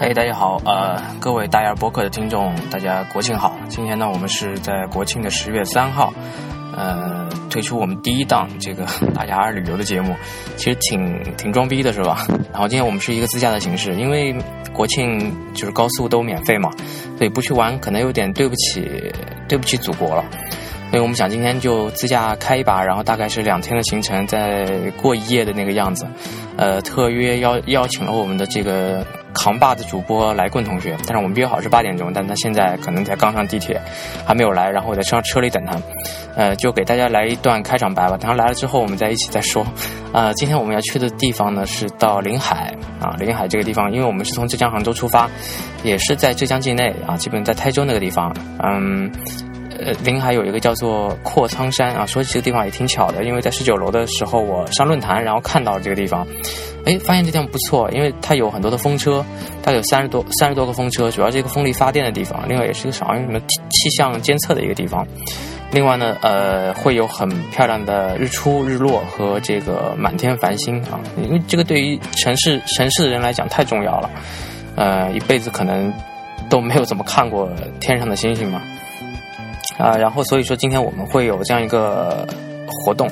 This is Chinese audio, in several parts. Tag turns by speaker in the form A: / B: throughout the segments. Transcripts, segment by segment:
A: 哎，大家好，呃，各位大牙博客的听众，大家国庆好！今天呢，我们是在国庆的十月三号，呃，推出我们第一档这个 大家旅游的节目，其实挺挺装逼的是吧？然后今天我们是一个自驾的形式，因为国庆就是高速都免费嘛，所以不去玩可能有点对不起对不起祖国了。所以我们想今天就自驾开一把，然后大概是两天的行程，再过一夜的那个样子。呃，特约邀邀请了我们的这个扛把子主播来棍同学，但是我们约好是八点钟，但他现在可能才刚上地铁，还没有来，然后我在车车里等他。呃，就给大家来一段开场白吧，等他来了之后我们再一起再说。啊、今天我们要去的地方呢是到临海啊，临海这个地方，因为我们是从浙江杭州出发，也是在浙江境内啊，基本在台州那个地方，嗯。呃，临海有一个叫做阔苍山啊，说起这个地方也挺巧的，因为在十九楼的时候我上论坛，然后看到了这个地方，哎，发现这地方不错，因为它有很多的风车，它有三十多三十多个风车，主要是一个风力发电的地方，另外也是一个好像什么气气象监测的一个地方。另外呢，呃，会有很漂亮的日出、日落和这个满天繁星啊，因为这个对于城市城市的人来讲太重要了，呃，一辈子可能都没有怎么看过天上的星星嘛。啊、然后所以说今天我们会有这样一个活动，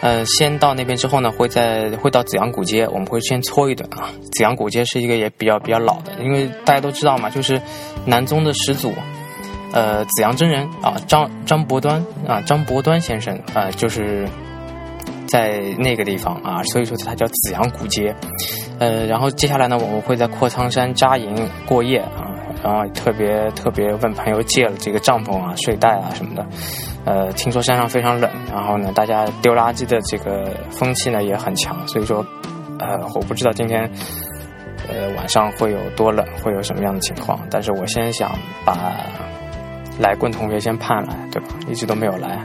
A: 呃，先到那边之后呢，会在会到紫阳古街，我们会先搓一顿啊。紫阳古街是一个也比较比较老的，因为大家都知道嘛，就是南宗的始祖，呃，紫阳真人啊，张张伯端啊，张伯端先生啊、就是在那个地方啊，所以说它叫紫阳古街。呃，然后接下来呢，我们会在阔苍山扎营过夜啊，然后特别特别问朋友借了这个帐篷啊、睡袋啊什么的。呃，听说山上非常冷，然后呢，大家丢垃圾的这个风气呢也很强，所以说，呃，我不知道今天。呃，晚上会有多冷，会有什么样的情况？但是我先想把来棍同学先盼来，对吧？一直都没有来，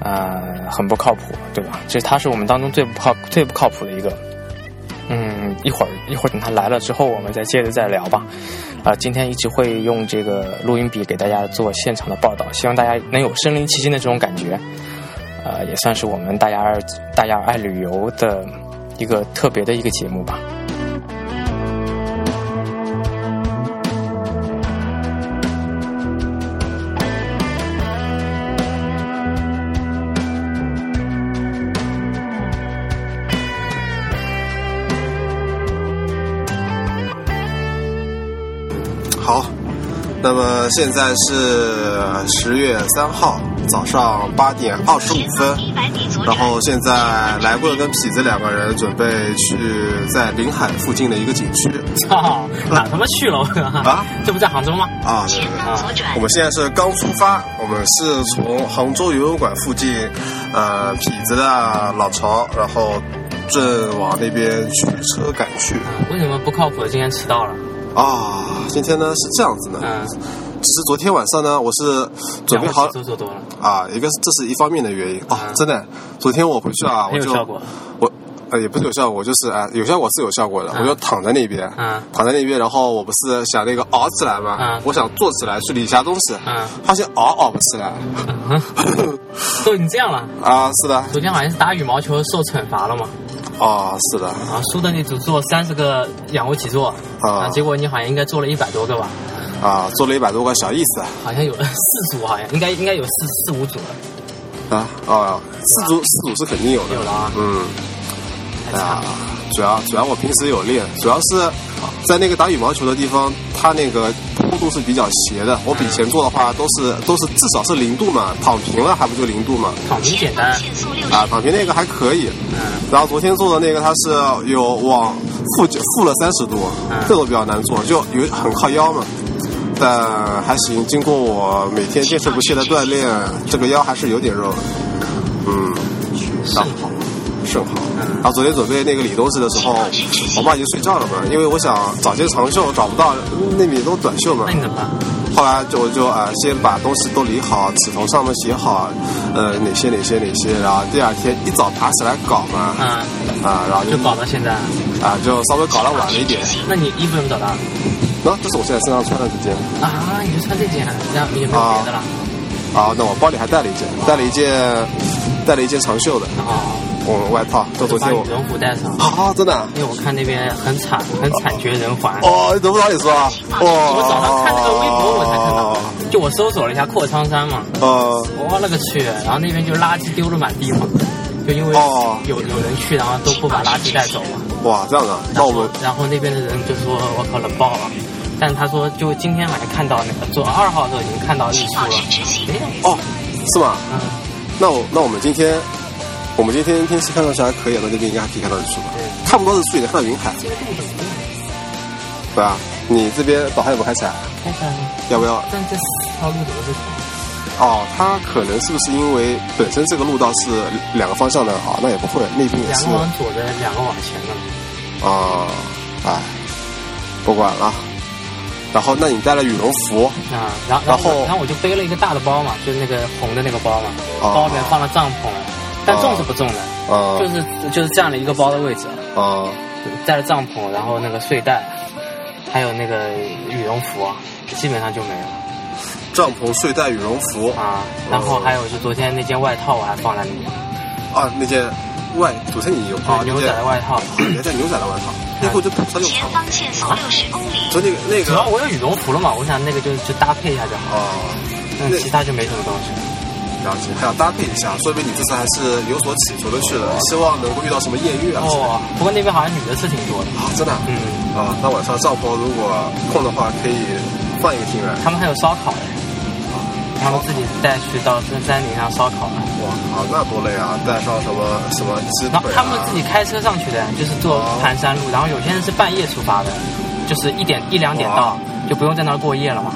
A: 呃，很不靠谱，对吧？这他是我们当中最不靠最不靠谱的一个。嗯，一会儿一会儿等他来了之后，我们再接着再聊吧。啊、今天一直会用这个录音笔给大家做现场的报道，希望大家能有身临其境的这种感觉。呃，也算是我们大家爱大家爱旅游的一个特别的一个节目 吧。
B: 好，那么现在是十月三号早上八点二十五分，然后现在来棍跟痞子两个人准备去在临海附近的一个景区
A: 操，哪他妈去了？
B: 啊
A: 这不在杭州吗？
B: 啊，对对对。我们现在是刚出发，我们是从杭州游泳馆附近，呃，痞子的老巢，然后正往那边驱车赶去。
A: 为什么不靠谱？今天迟到了。
B: 啊，今天呢是这样子的，
A: 嗯，
B: 其实昨天晚上呢，我是准备好
A: 做做多了，
B: 啊，一个是这是一方面的原因哦
A: 嗯，
B: 真的，昨天我回去啊，
A: 很
B: 我
A: 有
B: 就
A: 效果。
B: 我呃也不是有效果，就是啊、有效果是有效果的，
A: 嗯
B: 我就躺在那边，
A: 嗯
B: 躺在那边，然后我不是想那个熬起来嘛，
A: 嗯
B: 我想坐起来去理一下东西，
A: 嗯
B: 发现熬熬不起来
A: 都已经这样了。
B: 啊，是的，
A: 昨天好像是打羽毛球受惩罚了嘛，
B: 啊，是的，
A: 啊，输的那组做三十个仰卧起坐，啊，
B: 啊
A: 结果你好像应该做了一百多个吧，
B: 啊，做了一百多个小意思
A: 好像有了四组，好像应该应该有四四五组了，
B: 啊啊，四组四组是肯定有的，
A: 有了啊
B: 嗯。
A: 太
B: 哎
A: 惨
B: 呀
A: 了。，
B: 主要主要我平时有练，主要是在那个打羽毛球的地方，它那个坡度是比较斜的。我以前做的话，都是
A: 嗯
B: 都是至少是零度嘛，躺平了还不就零度嘛？
A: 躺平简单，
B: 啊，躺平那个还可以。
A: 嗯
B: 然后昨天做的那个，它是有往负九负了三十度
A: 嗯，
B: 这个比较难做，就有很靠腰嘛。但还行，经过我每天坚持不懈的锻炼，这个腰还是有点肉的。嗯，
A: 正好，嗯
B: 正好。然后昨天准备那个理东西的时候，我妈已经睡觉了嘛，因为我想找件长袖，找不到，那里都短袖嘛
A: 那。你怎么办？
B: 后来就我就啊、呃先把东西都理好，纸头上面写好，呃，哪些哪些哪些，然后第二天一早爬起来搞嘛，
A: 啊，
B: 啊，然后就
A: 就搞到嗯现在，
B: 啊、就稍微搞得晚了一点。
A: 那你衣服有没有找到？
B: 然后这是我现在身上穿的这件，
A: 啊，你就穿这件，然后也没有别的了。
B: 啊，那我包里还带了一件，带了一件，带了一件长袖的，
A: 哦，
B: 我外套，都昨
A: 把
B: 天我
A: 你人虎带上，
B: 啊，真的啊
A: 因为我看那边很惨，很惨绝人寰。
B: 哦，你怎么哪里说啊？哇，
A: 我早上看那个微博我才看到
B: 哦，
A: 就我搜索了一下阔苍山嘛，
B: 呃，
A: 我勒个去！然后那边就垃圾丢了满地嘛，就因为
B: 哦
A: 有有人去，然后都不把垃圾带走嘛。
B: 哇，这样啊，
A: 然
B: 那
A: 后
B: 我们
A: 然后那边的人就说：“我靠，冷爆了！”但他说，就今天晚上看到那个做二号的时候已经看到日出了。哎
B: 哦，是吗？
A: 嗯，
B: 那我那我们今天，我们今天天气看上去还可以，那这边应该还可以看到日出吧？啊
A: 对，
B: 看不到日出也能看到云海，
A: 这个路怎么样？
B: 对吧？你这边早上有没有开起来？
A: 开起来了，
B: 要不要？
A: 但这四条路怎么是
B: 哦，它可能是不是因为本身这个路道是两个方向的啊？那也不会，那边也
A: 两
B: 是
A: 个往左的，两个往前的？
B: 啊，哎，不管了。然后，那你带了羽绒服
A: 啊，然后
B: 然
A: 然
B: 后
A: 后我然后我就背了一个大的包嘛，就是那个红的那个包嘛，
B: 哦
A: 包里面放了帐篷，但重是不重的，
B: 啊
A: 就是就是占了一个包的位置，
B: 啊
A: 带了帐篷，然后那个睡袋，还有那个羽绒服，啊基本上就没了
B: 帐篷、睡袋、羽绒服
A: 啊。然后还有就昨天那件外套我还放在里面，
B: 啊，那件外，昨天你有
A: 啊
B: 啊，
A: 牛仔 的外套，
B: 你还带牛仔的外套，那会就不穿就
C: 前
D: 嗯
C: 方限速六十公里。
B: 昨天那
A: 主
B: 个
A: 要我有羽绒服了嘛，我想那个就就搭配一下就好，
B: 啊，
A: 嗯，
B: 那
A: 其他就没什么东西。
B: 了解，还要搭配一下，说明你这次还是有所企图的去了，希望能够遇到什么艳遇啊之类的
A: 哦，不过那边好像女的是挺多的，
B: 啊，真的啊
A: 嗯，
B: 啊，那晚上帐篷如果空的话，可以放一个进来。
A: 他们还有烧烤的。他们自己带去到深山林上烧烤了。啊
B: 哇靠，那多累啊！带上什么什么鸡
A: 然后
B: 腿啊？
A: 他们自己开车上去的，就是坐盘山路，然后有些人是半夜出发的，就是一点一两点到，就不用在那儿过夜了嘛。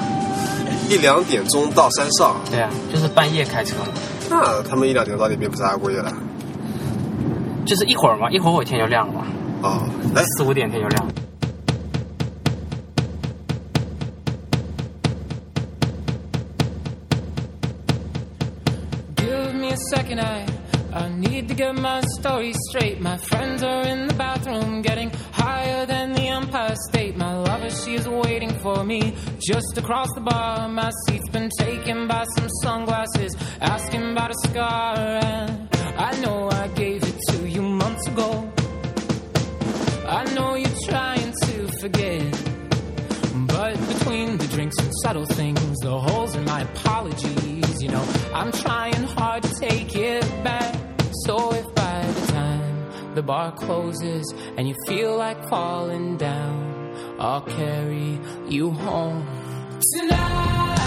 B: 一两点钟到山上，
A: 对啊，就是半夜开车嘛，
B: 那他们一两点到那边不是还过夜了？
A: 就是一会儿嘛，一会儿我天就亮了嘛，
B: 哦，哎，
A: 四五点天就亮了。
E: Give me a second, I, I need to get my story straight. My friends are in the bathroom, getting higher than the Empire State. My lover, she is waiting for me just across the bar. My seat's been taken by some sunglasses, asking about a scar. And I know I gave it to you months ago. I know you're trying to forget. But between the drinks and subtle things, the holes in my apologies, you know, I'm trying hard to take it back. So if by the time the bar closes and you feel like falling down, I'll carry you home tonight.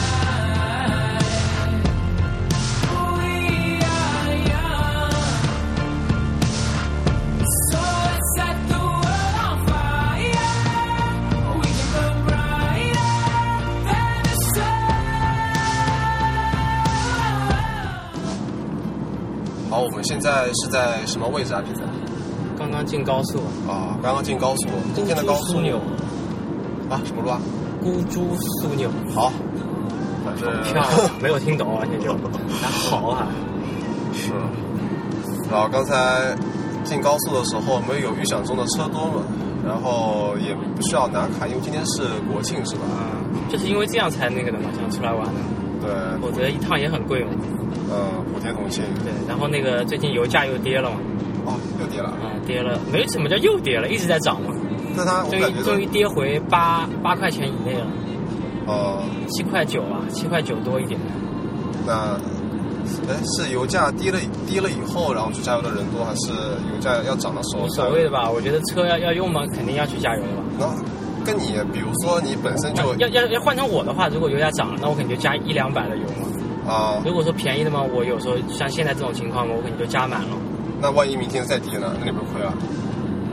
E: We are young. So let's set the world on fire. We can burn brighter than the sun.
B: 好，我们现在是在什么位置啊？现在？
A: 刚刚进高速，
B: 哦，刚刚进高速，今天的高速
A: 枢纽，
B: 啊，什么路啊？
A: 孤珠枢纽，
B: 好，反正
A: 漂亮， 没有听懂，而且就还好啊，
B: 是。然后刚才进高速的时候，没有预想中的车多嘛，然后也不需要拿卡，因为今天是国庆是吧？嗯
A: 就是因为这样才那个的嘛，想出来玩的，
B: 对，
A: 否则一趟也很贵嘛。哦
B: 呃，普天同庆。
A: 对，然后那个最近油价又跌了嘛，
B: 哦，又跌了。
A: 啊、跌了，没什么叫又跌了，一直在涨嘛，
B: 那它我
A: 嗯终
B: 感
A: 于
B: 觉
A: 终于
B: 到，
A: 跌回八八块钱以内了，
B: 哦、
A: 七块九啊，七块九多一点。
B: 那，哎，是油价低了低了以后，然后去加油的人多，还是油价要涨的时候？
A: 无所谓的吧，我觉得车要要用嘛，肯定要去加油的吧。
B: 然后跟你，比如说你本身就
A: 啊要要要换成我的话，如果油价涨了，那我肯定就加一两百的油嘛。
B: 啊、
A: 如果说便宜的嘛，我有时候像现在这种情况嘛，我肯定就加满了。
B: 那万一明天再跌呢？那你不是啊亏了？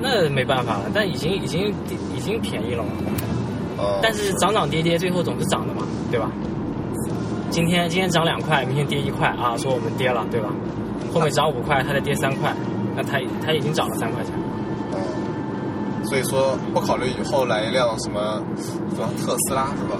A: 那没办法了，但已经已经已经便宜了嘛。
B: 啊、
A: 但是涨涨跌跌，最后总是涨的嘛，对吧？今天今天涨两块，明天跌一块啊，说我们跌了，对吧？后面涨五块，它再跌三块，那它它已经涨了三块钱。
B: 嗯所以说不考虑以后来一辆什么，什么特斯拉是吧？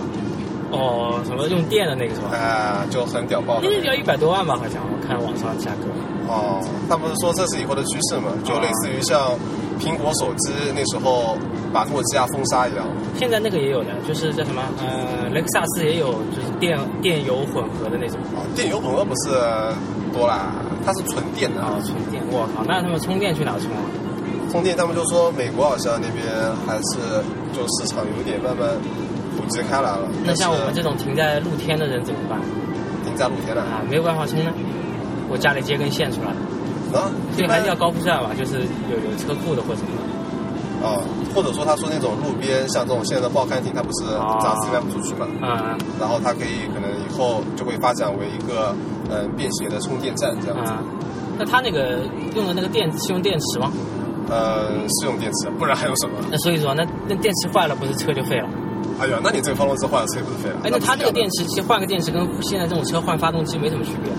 A: 哦，什么用电的那个是吧？
B: 哎，就很屌爆的
A: 那个要一百多万吧，好像我看网上价格。
B: 哦。他不是说这是以后的趋势
A: 哦
B: 嘛？就类似于像苹果手机那时候把诺基亚啊封杀一样。
A: 现在那个也有的，就是叫什么
B: 哦
A: 呃，雷克萨斯也有，就是电电油混合的那种。
B: 啊，电油混合不是多啦，它是纯电的。
A: 哦，充电，我靠，那他们充电去哪充啊？
B: 充电他们就说美国好像那边还是就市场有点慢慢普及开来了。
A: 那像我们
B: 但是
A: 这种停在露天的人怎么办
B: 停在露天的
A: 啊？没有办法充呢？我家里接根线出来，
B: 啊，
A: 这
B: 一
A: 个还
B: 般
A: 是要高富帅吧，就是有有车库的或什么的。
B: 啊，或者说他说那种路边像这种现在的报刊亭，它不是杂志卖不出去嘛，
A: 啊
B: 然后它可以可能以后就会发展为一个嗯便携的充电站这样子。
A: 啊，那他那个用的那个电是用电池吗？
B: 呃，是用电池，不然还有什么？
A: 那所以说，那那电池坏了，不是车就废了？
B: 哎呀，那你这个发动机坏了，车也不是废了。
A: 哎，那它这个电
B: 池，
A: 池其实换个电池跟现在这种车换发动机没什么区别，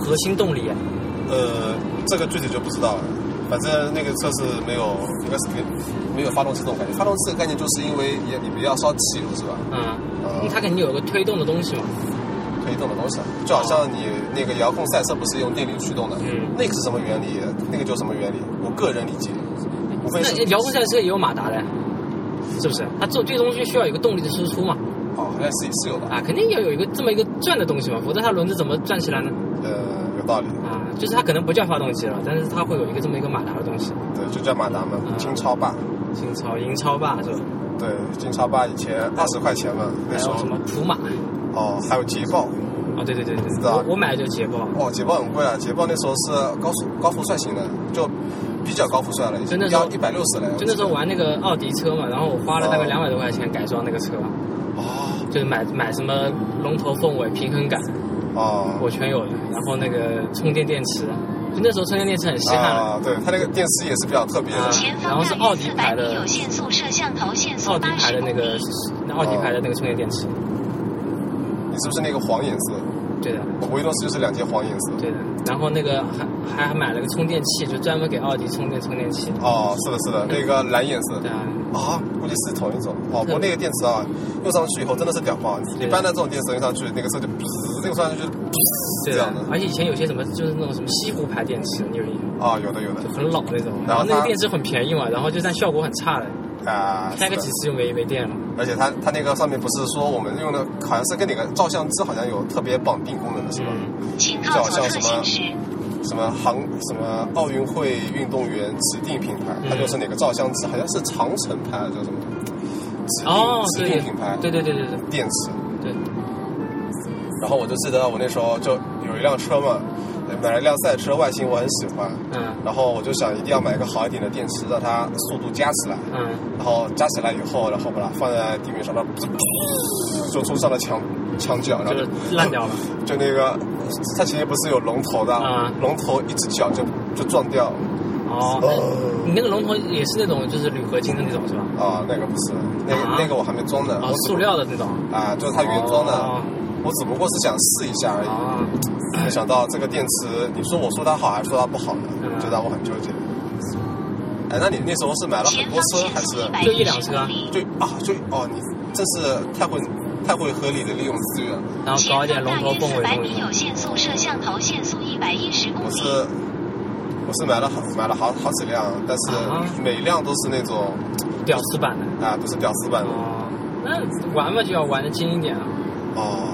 A: 核心动力啊。
B: 呃，这个具体就不知道了。反正那个车是没有， 应该是没没有发动机这种概念。发动机的概念就是因为也你们要烧汽油是吧？
A: 嗯
B: 哦，
A: 它肯定有个推动的东西嘛。
B: 推动的东西，就好像你那个遥控赛车不是用电力驱动的，
A: 嗯
B: 那个是什么原理？那个叫什么原理？我个人理解，无非
A: 那
B: 是
A: 遥控赛车也有马达的，是不是？它最最终就需要有一个动力的输出嘛。
B: 哦，好像是是有的，
A: 啊，肯定要有一个这么一个转的东西嘛，否则它轮子怎么转起来呢？
B: 呃，有道理，
A: 啊，就是它可能不叫发动机了，但是它会有一个这么一个马达的东西。
B: 对，就叫马达嘛，
A: 嗯
B: 金超霸，
A: 新超、英超吧，是吧？
B: 对，金超霸以前二十块钱嘛，那
A: 还
B: 时
A: 有
B: 候
A: 什么普马？
B: 哦，还有捷豹，
A: 啊，对对对对
B: 知
A: 对，
B: 道
A: 我我买的就是捷豹，
B: 哦，捷豹很贵啊，捷豹那时候是高速高富帅型的，就比较高富帅了，已经
A: 就那时候
B: 要一百六十了，
A: 就那时候玩那个奥迪车嘛，然后我花了大概
B: 哦
A: 两百多块钱改装那个车，
B: 哦
A: 就是买买什么龙头凤尾、平衡感，
B: 哦
A: 我全有了。然后那个充电电池，就那时候充电电池很稀罕了。
B: 啊，对，它那个电池也是比较特别的
A: 啊，
D: 前
A: 然后
D: 方
A: 是
D: 大
A: 奥
D: 约
A: 迪
D: 四
A: 牌
D: 百
A: 的
D: 米有限速摄像头，限
A: 奥
D: 速
A: 迪
D: 八
A: 牌
D: 十
A: 的
D: 公
A: 那
D: 里。
A: 个，奥迪牌的那个充电电池，
B: 你是不是那个黄颜色？
A: 对的，
B: 我唯诺斯就是两节黄颜色。
A: 对的。然后那个还还买了个充电器，就专门给奥迪充电充电器。
B: 哦，是的，是的，那个蓝颜色
A: 对
B: 的。
A: 啊，
B: 啊，估计是同一种。哦，不过那个电池啊，用上去以后真的是屌爆。你一般的这种电池用上去，那个车就噗，用上去就是噗
A: 对
B: 这
A: 的
B: 样的。。
A: 而且以前有些什么就是那种什么西湖牌电池，你有印象吗？
B: 啊，有的有的
A: 就很老那种，
B: 然
A: 然
B: 后
A: 后那
B: 它
A: 个电池很便宜嘛，然后就但效果很差的，
B: 啊，
A: 开个
B: 是的
A: 几次就没没电了。
B: 而且它它那个上面不是说我们用的，好像是跟哪个照相机好像有特别绑定功能的是吧？
A: 嗯，
D: 请靠左侧行驶。
B: 什么航什么奥运会运动员指定品牌，
A: 嗯
B: 它就是哪个照相机，好像是长城牌还是叫什么指
A: 哦
B: 定，指
A: 对
B: 定品牌
A: 对对对对对
B: 电池。
A: 对，
B: 然后我就记得我那时候就有一辆车嘛，买了一辆赛车，外形我很喜欢。
A: 嗯
B: 然后我就想一定要买一个好一点的电池，让它速度加起来。
A: 嗯，
B: 然后加起来以后，然后把它放在地面上，然后就冲上了墙墙角，然后
A: 就是烂 掉了。
B: 就那个它前面不是有龙头的，
A: 啊
B: 龙头一只脚就就撞掉了
A: 哦，那你那个龙头也是那种就是铝合金的那种是吧？
B: 啊，那个不是，那个、
A: 啊
B: 那个我还没装呢，
A: 哦
B: 我，只
A: 塑料的那种。
B: 啊，就是它原装的，
A: 哦
B: 我只不过是想试一下而已。
A: 哦，
B: 没想到这个电池，你说我说它好还是说它不好呢？
A: 嗯
B: 就让我很纠结。哎，那你那时候是买了很
D: 前
B: 多
D: 方
B: 车
D: 限
B: 还是
D: 速一百
A: 就一
D: 一
A: 辆
D: 十
A: 车啊
D: 公里。
B: 就啊就哦你真是太会太会合理的利用资源了。
A: 然后
D: 前
A: 搞
D: 方
A: 一点龙
D: 大
A: 头
D: 约
A: 凤
D: 四
A: 尾
D: 百
A: 东
D: 米
A: 西。
D: 有限速摄像头，限速一百一十公
B: 我是
D: 里。
B: 我是买了好买了好好几辆，但
A: 啊
B: 是每一辆都是那种
A: 屌丝版的。
B: 啊都是屌丝版的
A: 哦，那玩嘛就要玩的精一点啊。
B: 哦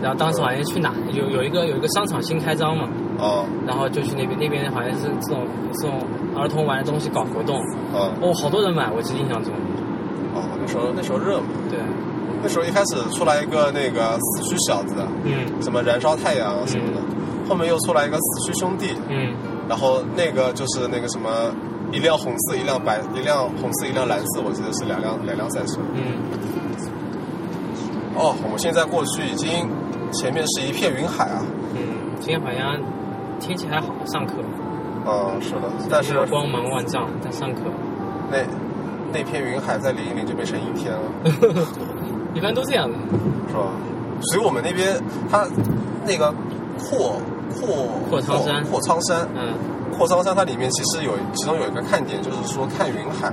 A: 然后当时好像去哪有有一个有一个商场新开张嘛，
B: 哦
A: 然后就去那边那边好像是这种这种儿童玩的东西搞活动，
B: 哦
A: 哦，好多人买，我记得印象中。
B: 哦那时候那时候热嘛，
A: 对，
B: 那时候一开始出来一个那个四驱小子，
A: 嗯
B: 什么燃烧太阳什么的，后面又出来一个四驱兄弟，
A: 嗯，
B: 然后那个就是那个什么，一辆红色，一辆白，一辆红色，一辆蓝色，我记得是两辆两辆赛车。
A: 嗯，
B: 哦，我们现在过去已经前面是一片云海啊。
A: 嗯，今天好像天气还好，上课
B: 嗯，是的，但是
A: 没有光芒万丈，但上课
B: 那那片云海在淋一淋就变成阴天了，
A: 一般都这样的。
B: 是吧？所以我们那边它那个阔阔
A: 阔苍山
B: 阔苍山，
A: 嗯，
B: 阔苍山它里面其实有其中有一个看点就是说看云海，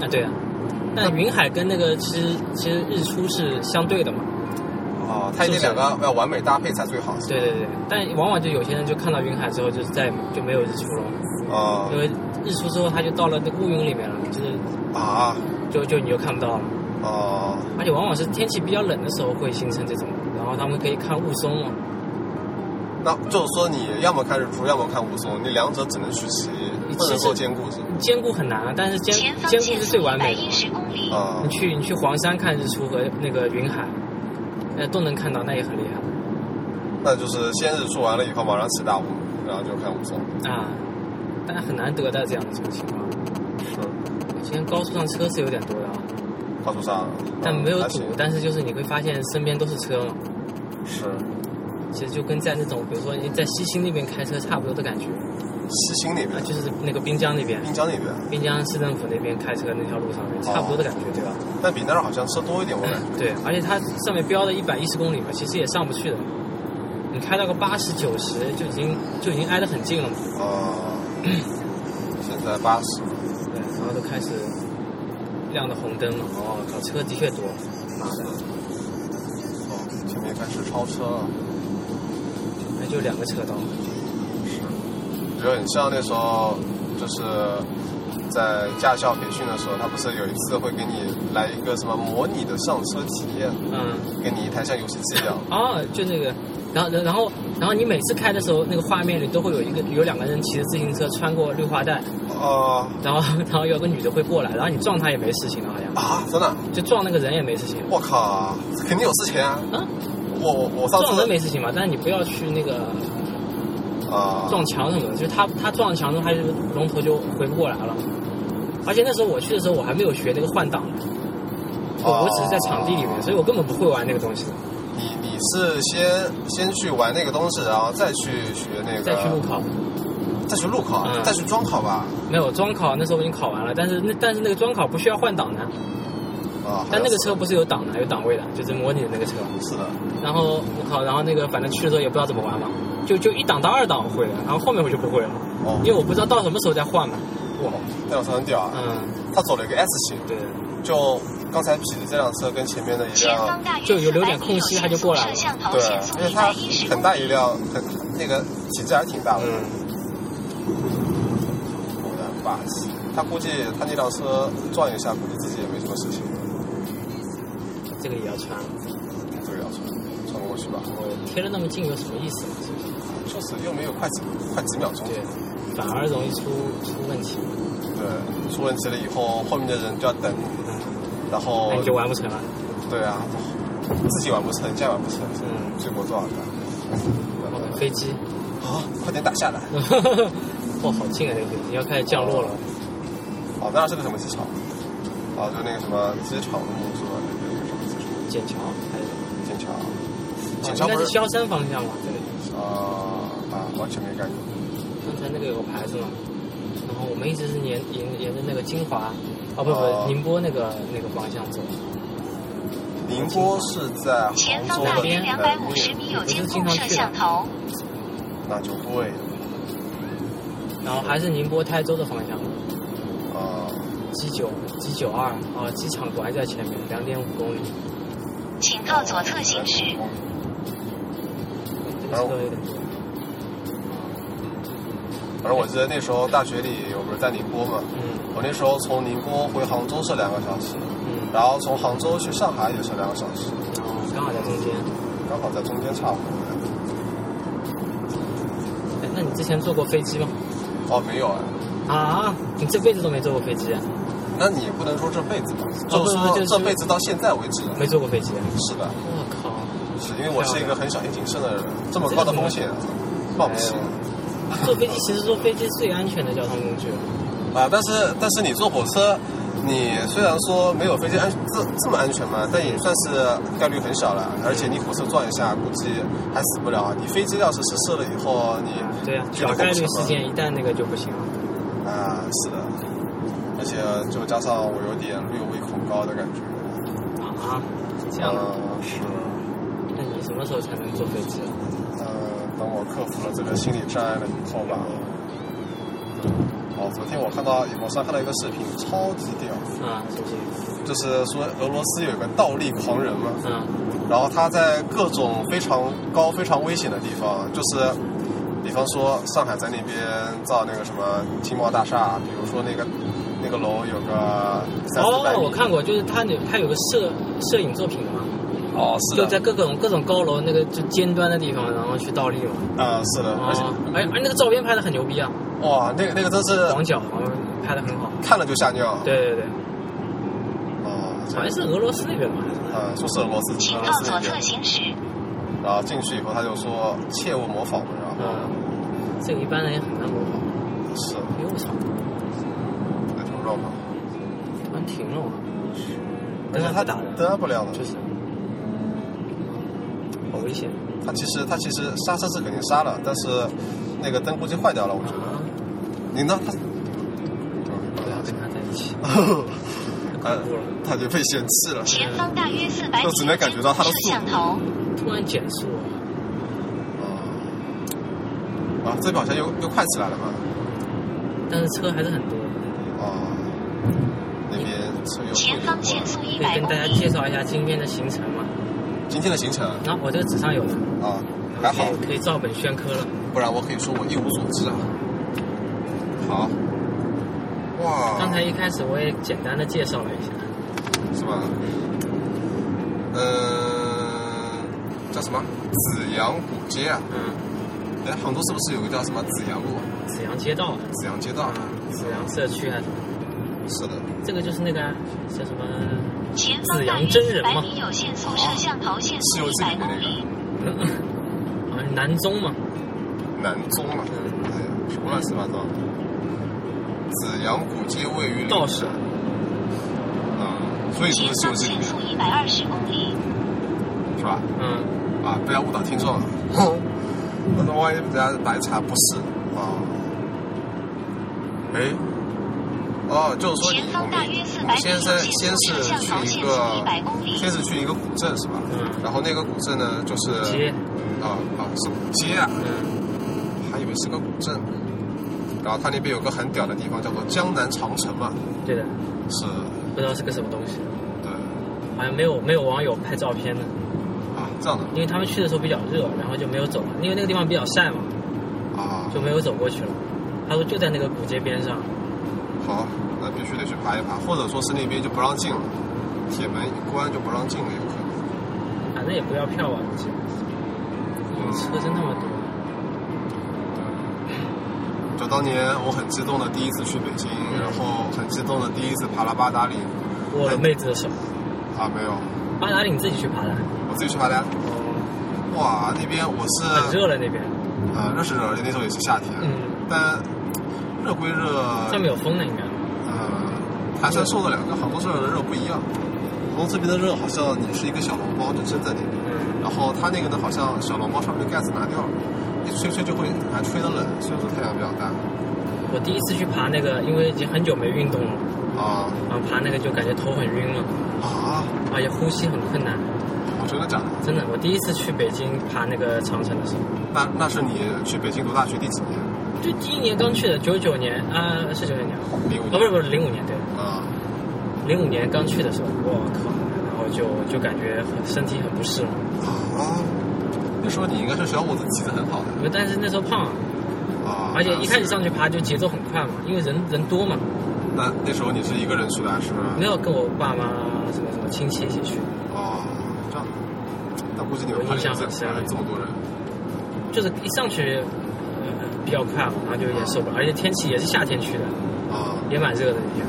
A: 啊对啊，但云海跟那个其实其实日出是相对的嘛。
B: 啊，它那两个要完美搭配才最好。
A: 对对对，但往往就有些人就看到云海之后，就是再也就没有日出了，
B: 啊
A: 因为日出之后它就到了那个乌云里面了，就是
B: 啊
A: 就就你就看不到了。
B: 哦
A: 而且往往是天气比较冷的时候会形成这种，然后他们可以看雾凇嘛。
B: 那就是说你要么看日出，要么看雾凇，你两者只能取其一，不能够兼顾是吗？
A: 兼顾很难啊，但是兼
D: 前方
A: 兼顾
D: 限
A: 是
D: 速
A: 最
D: 一
A: 完
D: 百
A: 美的
D: 一。十公里，
B: 啊
A: 你，去你去黄山看日出和那个云海，那都能看到，那也很厉害
B: 那就是先日出完了以后，马上起大雾，然后就看雾凇。
A: 啊。但很难得到这样的这种情况。
B: 嗯，
A: 今天高速上车是有点多的啊，
B: 高速上，
A: 但
B: 嗯
A: 没有
B: 还
A: 堵
B: 行，
A: 但是就是你会发现身边都是车嘛，
B: 是
A: 其实就跟在那种比如说你在西青那边开车差不多的感觉
B: 西青那
A: 啊，
B: 边，
A: 就是那个滨江那边，
B: 滨江那边，
A: 滨江市政府那边开车那条路上面差不多的感哦觉，对吧？
B: 但比那儿好像车多一点，我感觉。
A: 对，而且它上面标的一百一十公里嘛，其实也上不去的。你开到个八十九十，就已经就已经挨得很近了嘛。
B: 哦，现在八十，
A: 对，然后都开始亮的红灯了。哦，靠，车的确多，妈的，
B: 哦，前面开始超车了，
A: 那就两个车道。
B: 就很像那时候就是在驾校培训的时候，他不是有一次会给你来一个什么模拟的上车体验，
A: 嗯，
B: 给你一台像游戏机一样，
A: 哦，就那个，然后然后然后你每次开的时候，那个画面里都会有一个有两个人骑着自行车穿过绿化带，
B: 哦、
A: 然后然后有个女的会过来，然后你撞她也没事情了，好像
B: 啊，真的，
A: 就撞那个人也没事情。
B: 我靠，肯定有事情啊！
A: 啊，
B: 我我我上
A: 撞
B: 次
A: 人没事情嘛，但是你不要去那个
B: 啊，
A: 撞墙什么的，就是他他撞了墙之后，他就龙头就回不过来了。而且那时候我去的时候，我还没有学那个换挡呢，我我只是在场地里面，所以我根本不会玩那个东西的。
B: 你你是先先去玩那个东西，然后再去学那个，
A: 再去路考，
B: 再去路考，
A: 嗯
B: 再去装考吧。
A: 没有装考，那时候我已经考完了，但是那但是那个装考不需要换挡的，
B: 啊，
A: 但那个
B: 好
A: 车不是有挡的，有挡位的，就是模拟的那个车。
B: 像是是的，
A: 然后我靠，然后那个反正去的时候也不知道怎么玩嘛，就就一档到二档我会了，然后后面我就不会了，
B: 哦
A: 因为我不知道到什么时候再换嘛。
B: 哇，那辆车很屌啊！
A: 嗯，
B: 它走了一个 S 型，
A: 对，
B: 就刚才痞子这辆车跟前面的一
D: 前
B: 辆
D: 方，大约
A: 就有留
D: 400
A: 点空隙
D: 米
A: 他就过来了
D: 左右摄像头
B: 对啊
D: 限速，
B: 因为
D: 一
B: 它
D: 百一十
B: 很大一辆，很那个体积还是挺大的。
A: 嗯，
B: 果然霸气。他估计他那辆车撞一下，估计自己也没什么事情。
A: 这个也要穿，
B: 这个要穿穿过去吧，
A: 我贴的那么近有什么意思呢？是不是？
B: 就是又没有快几快几秒钟。
A: 对，反而容易出出问题，
B: 对，出问题了以后，后面的人就要等你，然后呃
A: 那哎你就完不成了。
B: 对啊，自己玩不成，家玩不成，
A: 嗯
B: 结果多少个？然后
A: 飞机，
B: 啊，快点打下来！
A: 哇，好近啊！这个飞机要开始降落了。
B: 哦，那是个什么机场？哦，就那个什么机场路是吧？那个有什么机场？
A: 剑桥还是什么
B: 剑桥，剑
A: 哦
B: 桥
A: 应该
B: 不
A: 是
B: 是
A: 萧山方向吧？对，
B: 啊啊，完全没概念。
A: 刚才那个有个牌子嘛，然后我们一直是沿沿沿着那个金华，嗯哦不
B: 哦
A: 不，宁波那个那个方向走，
B: 宁波是在
D: 前
B: 杭
D: 方
B: 州
D: 大
B: 的
D: 约两百
B: 南
D: 五十
B: 面，
D: 米有
A: 不是
D: 监
A: 经常
D: 控摄
A: 去的
D: 像头，
B: 那就对了。
A: 然后还是宁波台州的方向
B: 啊，
A: ，G 九 G 九二啊，机场果然在前面，两点五公里，
D: 请靠左侧行驶。
A: 这个车有点多。
B: 反正我记得那时候大学里，我不是在宁波嘛，
A: 嗯
B: 我那时候从宁波回杭州是两个小时，
A: 嗯，
B: 然后从杭州去上海也是两个小时，
A: 然后刚好在中间。
B: 刚好在中间差不多。
A: 哎，那你之前坐过飞机吗？
B: 哦，没有哎，
A: 啊，你这辈子都没坐过飞机啊？
B: 那你也不能说这辈子吧，
A: 哦
B: 就是
A: 不不
B: 说
A: 就是
B: 这辈子到现在为止，
A: 没坐过飞机啊？
B: 是的，
A: 我靠！
B: 是因为我是一个很小心谨慎的人，这么高的风险冒不起
A: 坐飞机其实坐飞机是最安全的交通工具了。
B: 啊。但是但是你坐火车。你虽然说没有飞机安这这么安全嘛，但也算是概率很小了。而且你火车撞一下，估计还死不了。你飞机要是失事了以后，你
A: 对啊，
B: 绝
A: 小概
B: 控制
A: 率
B: 不
A: 事
B: 了
A: 件一旦那个就不行了。
B: 啊，是的，而且就加上我有点略微恐高的感觉。
A: 啊，这样的。
B: 呃，是，
A: 那你什么时候才能坐飞机啊？
B: 呃，等我克服了这个心理障碍了以后吧。哦，昨天我看到网上看到一个视频，超级屌，
A: 啊，是不是？
B: 就是说俄罗斯有一个倒立狂人嘛，
A: 啊，
B: 然后他在各种非常高、非常危险的地方，就是比方说上海在那边造那个什么金茂大厦，比如说那个那个楼有个三四百
A: 哦，
B: 米，
A: 我看过，就是他有他有个摄摄影作品的嘛，
B: 哦，是
A: 就
B: 的，
A: 在各种各种高楼那个就尖端的地方，然后去倒立嘛。
B: 啊、是的，而且
A: 啊，而而那个照片拍的很牛逼啊，
B: 哇，那个那个真是
A: 广角嗯拍的很好。
B: 看了就吓尿。，
A: 对对对，
B: 哦，这
A: 好像是俄罗斯那边吧，还是哪
B: 呃，说是俄罗斯，
D: 请
B: 俄
D: 靠
B: 罗斯
D: 左
B: 那
D: 侧
B: 边，
D: 行驶，
B: 然后进去以后他就说切勿模仿，然后
A: 嗯，这个一般人也很难模仿。
B: 是
A: 哎呦我操，
B: 那种肉嘛，
A: 突然停了我。
B: 而
A: 但
B: 且
A: 是
B: 他
A: 他打的，
B: 得不了的，
A: 就是好危险
B: 他其实他其实刹车是肯定刹了，但是那个灯估计坏掉了，我觉得。
A: 啊！
B: 你呢？
A: 不要跟他在一起，
B: 他哎
A: 啊
B: 他就被嫌弃了。
D: 前方大约四百米
B: 就只能感觉到它的
D: 摄
B: 速度
D: 像头，
A: 突然减速啊，
B: 哦啊，这个好像又又快起来了吧？
A: 但是车还是很多。
B: 哦，那边车又哦
D: 前方限速一
A: 可以
D: 百
A: 跟
D: 公
A: 大家
D: 里，
A: 介绍一下今天的行程嘛。
B: 今天的行程啊
A: 然后我这个纸上有的，，
B: 哦还好
A: 可，以可以照本宣科了。
B: 不然我可以说我一无所知啊。好，哇，
A: 刚才一开始我也简单的介绍了一下，
B: 是吧？呃，叫什么紫阳古街啊？
A: 嗯，
B: 哎，杭州是不是有个叫什么紫阳路、啊、
A: 紫阳街道、
B: 紫阳街道啊？
A: 紫阳社区还是什么？
B: 是的，
A: 这个就是那个啊叫什么？
D: 前方大约四百米有限速摄像头，限
B: 是
D: 速
B: 有
D: 一
B: 这
D: 百
B: 个的那
D: 公里，
B: 个
A: 好像南中嘛，
B: 南宗嘛，哎，什么乱七八糟。紫阳古街位于
A: 道士
B: 啊，所以说
D: 前
B: 是有
D: 方
B: 这个
D: 限速一百二十公里，
B: 是吧？
A: 嗯，
B: 啊，不要误导听众啊！那是万一人家来查不是啊？哎，哦，就是说你
D: 前
B: 我
D: 方大
B: 们
D: 约四百米
B: 先是先是
D: 有限速摄像头，
B: 去一
D: 限速一
B: 个
D: 百公里
B: 先，是去一个古镇是吧？
A: 嗯
B: 然后那个古镇呢，就是
A: 街，
B: 啊啊是古街啊，
A: 嗯，
B: 还以为是个古镇。然后它那边有个很屌的地方，叫做江南长城嘛，
A: 对的，
B: 是，
A: 不知道是个什么东西，
B: 对，
A: 好像没有没有网友拍照片的，
B: 啊，这样的
A: 因为他们去的时候比较热，然后就没有走，因为那个地方比较晒嘛，
B: 啊，
A: 就没有走过去了。他说就在那个古街边上，
B: 好，那必须得去爬一爬，或者说是那边就不让进了，铁门一关就不让进了，有可能。
A: 反正也不要票啊，估计，因为车真他妈多，
B: 就当年我很激动的第一次去北京，然后很激动的第一次爬了八达岭，
A: 握了妹子的手，
B: 啊没有，
A: 八达岭自己去爬的，
B: 我自己去爬的。
A: 哦，
B: 哇，那边我
A: 很
B: 是
A: 热了那边，
B: 呃热是热，那时候也是夏天，
A: 啊嗯，
B: 但热归热，
A: 上面有风呢应该，
B: 呃还算受得了，跟杭州这儿的热不一样。杭州这边的热好像你是一个小笼包就蒸在那边。
A: 嗯，
B: 然后它那个呢，好像小笼包上面的盖子拿掉了，一吹吹就会还吹得冷，所以说太阳比较大
A: 我第一次去爬那个，因为已经很久没运动了。
B: 啊
A: 然后爬那个就感觉头很晕了，
B: 啊！
A: 而且哎呼吸很困难。
B: 我真的假的？
A: 真的，我第一次去北京爬那个长城的时候，
B: 那那是你去北京读大学第几年？
A: 就第一年刚去的，九九年啊，是九九年，哦
B: 零五
A: 不是不是零五年对，
B: 啊
A: 零五年刚去的时候，我靠，然后就就感觉身体很不适嘛，
B: 啊！那时候你应该是小伙子骑得很好的
A: 我但是那时候胖啊，
B: 啊，
A: 而且一开始上去爬就节奏很快嘛，因为人人多嘛，
B: 那那时候你是一个人去的还是
A: 没有跟我爸妈什么什么亲戚一起去，
B: 哦这样？那估计你们班里这
A: 啊
B: 呃这么多人
A: 就是一上去。呃比较快嘛，然后就有点受不了，而且天气也是夏天去的，
B: 啊！
A: 也蛮热的那天。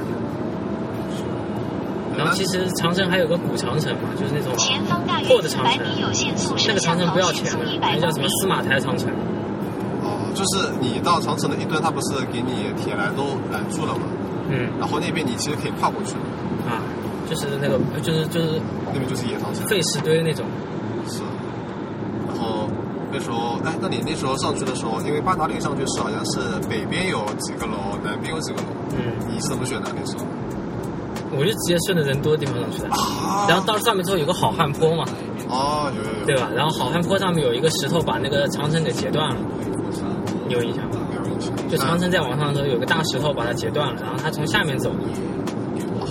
A: 然后其实长城还有个古长城嘛，就是那种
D: 前方大
A: 破
D: 约
A: 的
D: 四
A: 长
D: 百
A: 城，
D: 米有限速
A: 那
D: 摄
A: 个长
D: 像
A: 城
D: 头，
A: 不要
D: 限
A: 钱
D: 速
A: 的
D: 一，百
A: 那叫什
D: 公
A: 么
D: 里，
A: 司马台长城，
B: 哦，就是你到长城的一端，它不是给你铁栏都拦住了吗？
A: 嗯
B: 然后那边你其实可以跨过去，
A: 啊，就是那个就是就是
B: 那边就是野长城。
A: 废石堆那种，
B: 是，然后那时候，哎，那你那时候上去的时候，因为八达岭上去是好像是北边有几个楼，南边有几个楼，
A: 嗯，
B: 你是怎么选的那时候？
A: 我就直接顺着人多的地方上去的。
B: 啊
A: 然后到了上面之后有个好汉坡嘛，
B: 哦，有有有，
A: 对吧？然后好汉坡上面有一个石头把那个长城给截断了，你有印象吗？
B: 有印象。
A: 就长城在往上的时候有个大石头把它截断了，然后它从下面走的。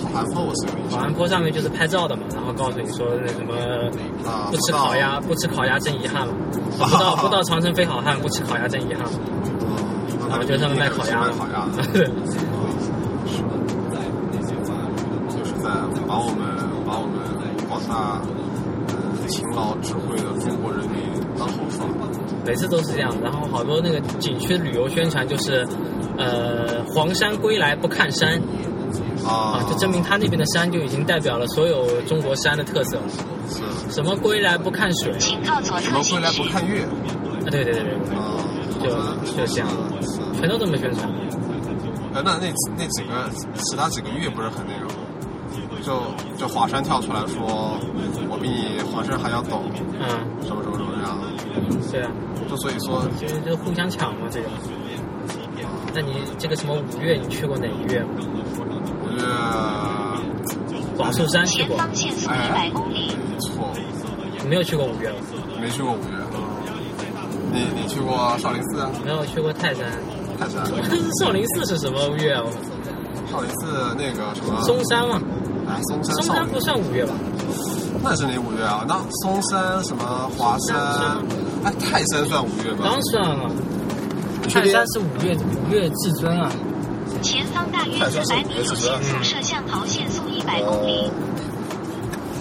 B: 好汉哦坡我是有印
A: 好
B: 象
A: 汉坡上面就是拍照的嘛，然后告诉你说那什么
B: 啊，
A: 不吃烤鸭，不吃烤鸭真遗憾了。不到不到长城非好汉，不吃烤鸭真遗憾了。
B: 嗯，
A: 然后就上面卖烤鸭
B: 卖烤鸭，就是在把我们把我们广大呃
A: 情况。
B: 高智慧的中国人民当头棒。
F: 每次都是这样。然后好多那个景区旅游宣传就是，呃，黄山归来不看山啊
B: 啊，，
F: 就证明他那边的山就已经代表了所有中国山的特色了。
B: 是
F: 什么归来不看水
D: 请靠左
B: 你
D: 侧
B: 们归
D: 行
B: 来不
D: 驶。
B: 看月
F: 啊？对对对对，
B: 啊，
F: 就就这样，全都这么宣传。
B: 哎，那那那几个其他几个月不是很那个吗？就就华山跳出来说，我比你黄山还要懂，
F: 嗯，
B: 什么什么什么这样，
F: 对啊，
B: 就所以说
F: 就是就是互相抢嘛，这个。那你这个什么五月，你去过哪一月吗？
B: 我觉得
F: 广寿山去
D: 前
F: 过，
D: 方限速一百公
B: 哎
D: 里，
B: 错，
F: 你没有去过五月吗？
B: 没去过五岳。你你去过少林寺、啊
F: 没有去过泰山。
B: 泰山？
F: 少林寺是什么月啊？
B: 少林寺那个什么？
F: 嵩山嘛，
B: 哎，嵩山
F: 嵩
B: 少
F: 山
B: 林
F: 不算五月吧？
B: 那是哪五岳啊？那嵩山什么华山
F: 山？
B: 哎，泰山算五岳
F: 当
B: 吗？
F: 然
A: 啊
F: 了，
B: 确
F: 泰
B: 定
F: 山是五月五月至尊啊。
D: 前方大约四百米有限速摄像头限速一百公里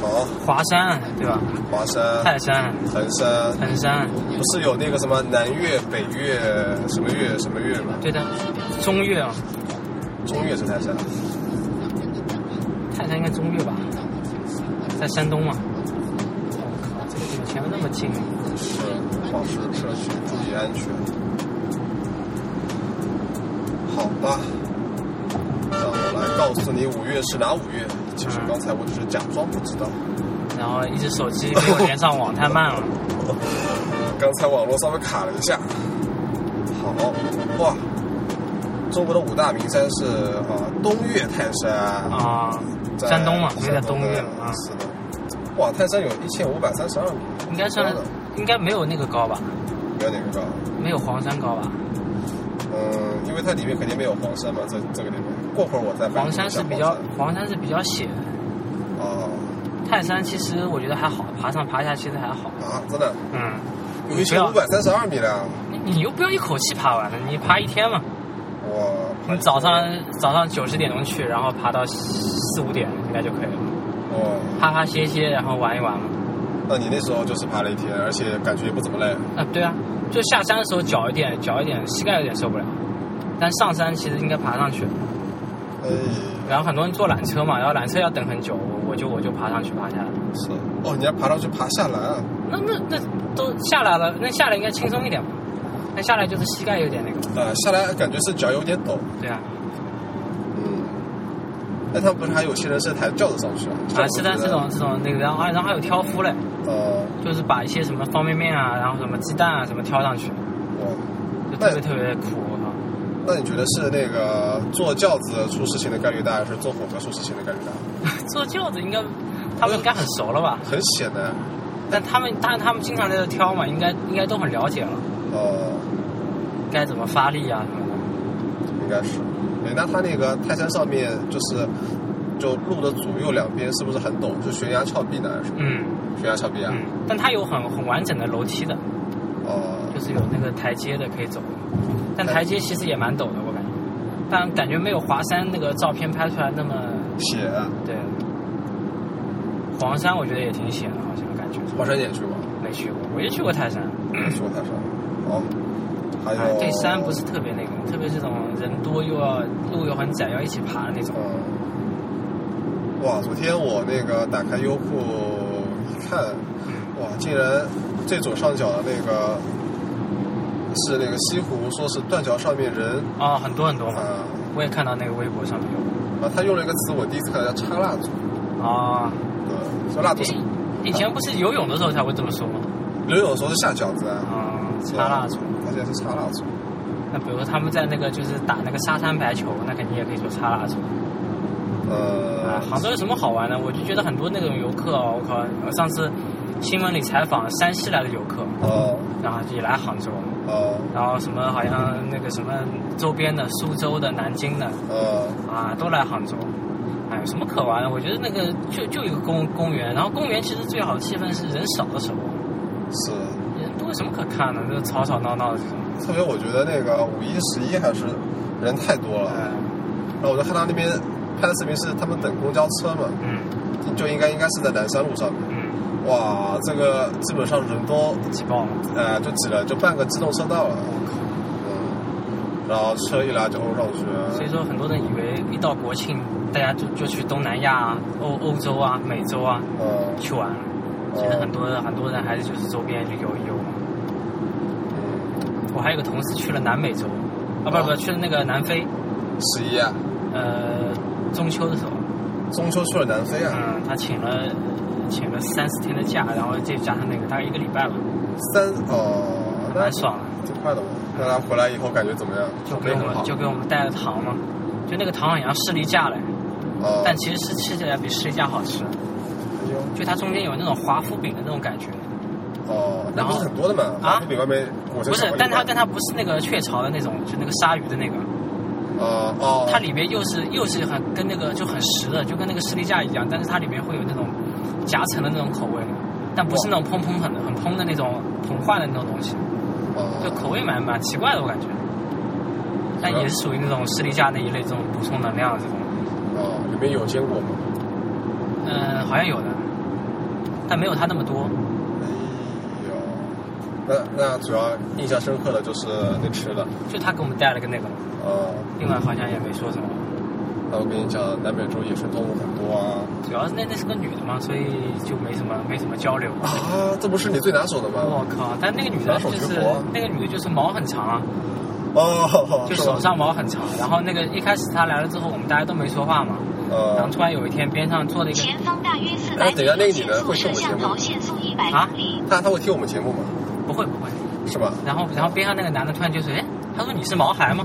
B: 哦。，好，
A: 华山啊对吧？
B: 哦华山、
A: 泰山、啊
B: 衡山，
A: 衡山，啊
B: 不是有那个什么南岳、北岳、什么岳、什么岳吗？
A: 对的，中岳啊，
B: 中岳是泰山，
A: 泰山应该中岳吧，在山东嘛。我靠，这个地方前面那么近，
B: 是保持社区注意安全。好吧，那我来告诉你五岳是哪五岳。其实刚才我只是假装不知道，
A: 然后一只手机没有连上网，太慢 了。
B: 刚才网络稍微卡了一下。好，哇，中国的五大名山是啊、呃东岳泰山
A: 啊，
B: 在
A: 山东嘛，
B: 山
A: 没在东岳
B: 的
A: 啊，
B: 是的。哇，泰山有一千五百三十二米，
A: 应该算
B: 高的，
A: 应该没有那个高吧，
B: 没有哪个高。
A: 没有黄山高吧？
B: 嗯，因为它里面肯定没有黄山嘛，这这个里面。过会儿我再买
A: 黄山是比较黄山是比较险，
B: 哦
A: 泰山其实我觉得还好，爬上爬下其实还好。
B: 啊，真的
A: 嗯，
B: 有一千五百三十二米了。
A: 你你又不要一口气爬完了，你爬一天嘛。
B: 我
A: 你早上早上九十点钟去，然后爬到四五点应该就可以了，
B: 我，
A: 爬爬歇歇，然后玩一玩嘛。
B: 哦那你那时候就是爬了一天，而且感觉也不怎么累。
A: 啊，对啊，就下山的时候脚有点脚有点膝盖有点受不了，但上山其实应该爬上去。
B: 哎，
A: 然后很多人坐缆车嘛，然后缆车要等很久，我我就我就爬上去爬下来。
B: 是哦，你要爬上去爬下来啊。
A: 那那那都下来了，那下来应该轻松一点吧？那下来就是膝盖有点那个，
B: 啊，下来感觉是脚有点抖。
A: 对啊，
B: 嗯，哎，他们不是还有些人是抬轿子上去啊？
A: 啊，是的，这种这种那个，然后啊然后还有挑夫嘞，
B: 呃，
A: 就是把一些什么方便面啊，然后什么鸡蛋啊什么挑上去，
B: 我。
A: 就特别特别苦，啊我 靠
B: 那你觉得是那个坐轿子出事情的概率大，还是坐火车出事情的概率大？
A: 坐轿子应该他们应该很熟了吧？
B: 很显然，
A: 但他们但他们经常在这挑嘛，应该应该都很了解了，
B: 呃，
A: 该怎么发力啊什么的。
B: 应该是。哎，那它那个泰山上面就是，就路的左右两边是不是很陡？就悬崖峭壁呢？还是什么
A: 嗯
B: 悬崖峭壁啊？
A: 嗯，但它有很很完整的楼梯的，
B: 哦、
A: 就是有那个台阶的可以走，但台阶其实也蛮陡的，我感觉，但感觉没有华山那个照片拍出来那么
B: 险。
A: 对。黄山我觉得也挺险的，好像感觉
B: 华山你也去过？
A: 没去过，我也去过泰山，
B: 没去过泰山。哦，还
A: 哎
B: 有
A: 对山不是特别那个，特别这种人多又要路又很窄，要一起爬的那种。
B: 嗯，哇！昨天我那个打开优酷一看，哇，竟然最左上角的那个是那个西湖，说是断桥上面人
A: 哦，很多很多嘛，
B: 啊，
A: 我也看到那个微博上面有。
B: 啊，他用了一个词我第一次看到叫插蜡烛，
A: 哦，
B: 对，说蜡烛是
A: 以前不是游泳的时候才会这么说吗？
B: 游泳的时候是下饺子啊，
A: 嗯，插蜡烛。
B: 他现在是插蜡烛，
A: 那比如说他们在那个就是打那个沙滩排球，那肯定也可以说插蜡烛。啊
B: 呃，，
A: 杭州有什么好玩的？我就觉得很多那种游客哦，我靠！我上次新闻里采访山西来的游客，
B: 哦
A: 然后也来杭州，
B: 哦
A: 然后什么好像那个什么周边的苏州的、南京的
B: 呃，
A: 啊，都来杭州。哎，有什么可玩的？我觉得那个就就一个公公园，然后公园其实最好的气氛是人少的时候，
B: 是，
A: 人多有什么可看的？就是吵吵闹闹的这种。
B: 特别我觉得那个五一、十一还是人太多了，
A: 哎，
B: 然后我就看他那边拍的视频是他们等公交车嘛。
A: 嗯
B: 就应该应该是在南山路上面。
A: 嗯，
B: 哇，这个基本上人多
G: 挤爆了，
B: 呃，就挤了就半个机动车道了。嗯，然后车一来就哦欧上去
A: 所以
B: 了。
A: 说，很多人以为一到国庆，大家就就去东南亚啊、欧欧洲啊、美洲啊
B: 嗯，
A: 去玩了。其实很多人很多人还是就是周边去游一游。我还有个同事去了南美洲，啊不是不是去了那个南非，
B: 十一啊，
A: 呃中秋的时候，
B: 中秋去了南非啊，
A: 嗯，他请了请了三四天的假，然后再加上那个大概一个礼拜吧，
B: 三哦，那
A: 蛮爽的。
B: 挺快的嘛。那他回来以后感觉怎么样？
A: 就
B: 没
A: 给我
B: 很好
A: 们。就给我们带了糖嘛，就那个糖好像士力架嘞，
B: 哦，
A: 但其实是吃起来比士力架好吃，
B: 哎呦
A: 就它中间有那种华夫饼的那种感觉。
B: 哦，那
A: 然
B: 不
A: 后
B: 是很多的嘛？
A: 啊
B: 比外面裹成
A: 不是
B: 小，
A: 但它
B: 礼
A: 但它不是那个雀巢的那种，就那个鲨鱼的那个，
B: 包哦哦，
A: 它里面又是又是很跟那个就很实的，就跟那个士力架一样，但是它里面会有那种夹层的那种口味，但不是那种砰砰很很砰的那种膨化的那种东西，
B: 哦
A: 就口味蛮蛮奇怪的，我感觉。但也是属于那种士力架那一类这种补充能量的这种，
B: 哦，里面有坚果吗？
A: 嗯，好像有的，但没有它那么多。
B: 哎呦，那那主要印象深刻的就是那吃的，
A: 就他给我们带了个那个，
B: 呃，
A: 另外好像也没说什么。
B: 那我跟你讲，南美洲野生动物很多啊。
A: 主要是那那是个女的嘛，所以就没什么没什么交流。
B: 啊，这不是你最拿手的吗？
A: 我靠！但那个女的
B: 拿手
A: 就
B: 绝
A: 是
B: 活
A: 那个女的，就是毛很长啊，
B: 哦，
A: 就是手
B: 吗？
A: 上毛很长。然后那个一开始她来了之后，我们大家都没说话嘛。然后
B: 呃，
A: 突然有一天，边上坐了一个
D: 前方大约四
B: 哎
D: 百
B: 等一下那个
D: 米，
B: 女
D: 限
B: 的
D: 速
B: 会听我
D: 摄
B: 们节
D: 像
B: 目
D: 头限速一百
A: 啊
D: 公里。
B: 那他会听我们节目吗？
A: 不会不会，
B: 是 吧？
A: 然后然后边上那个男的突然就是哎，他说你是毛孩吗？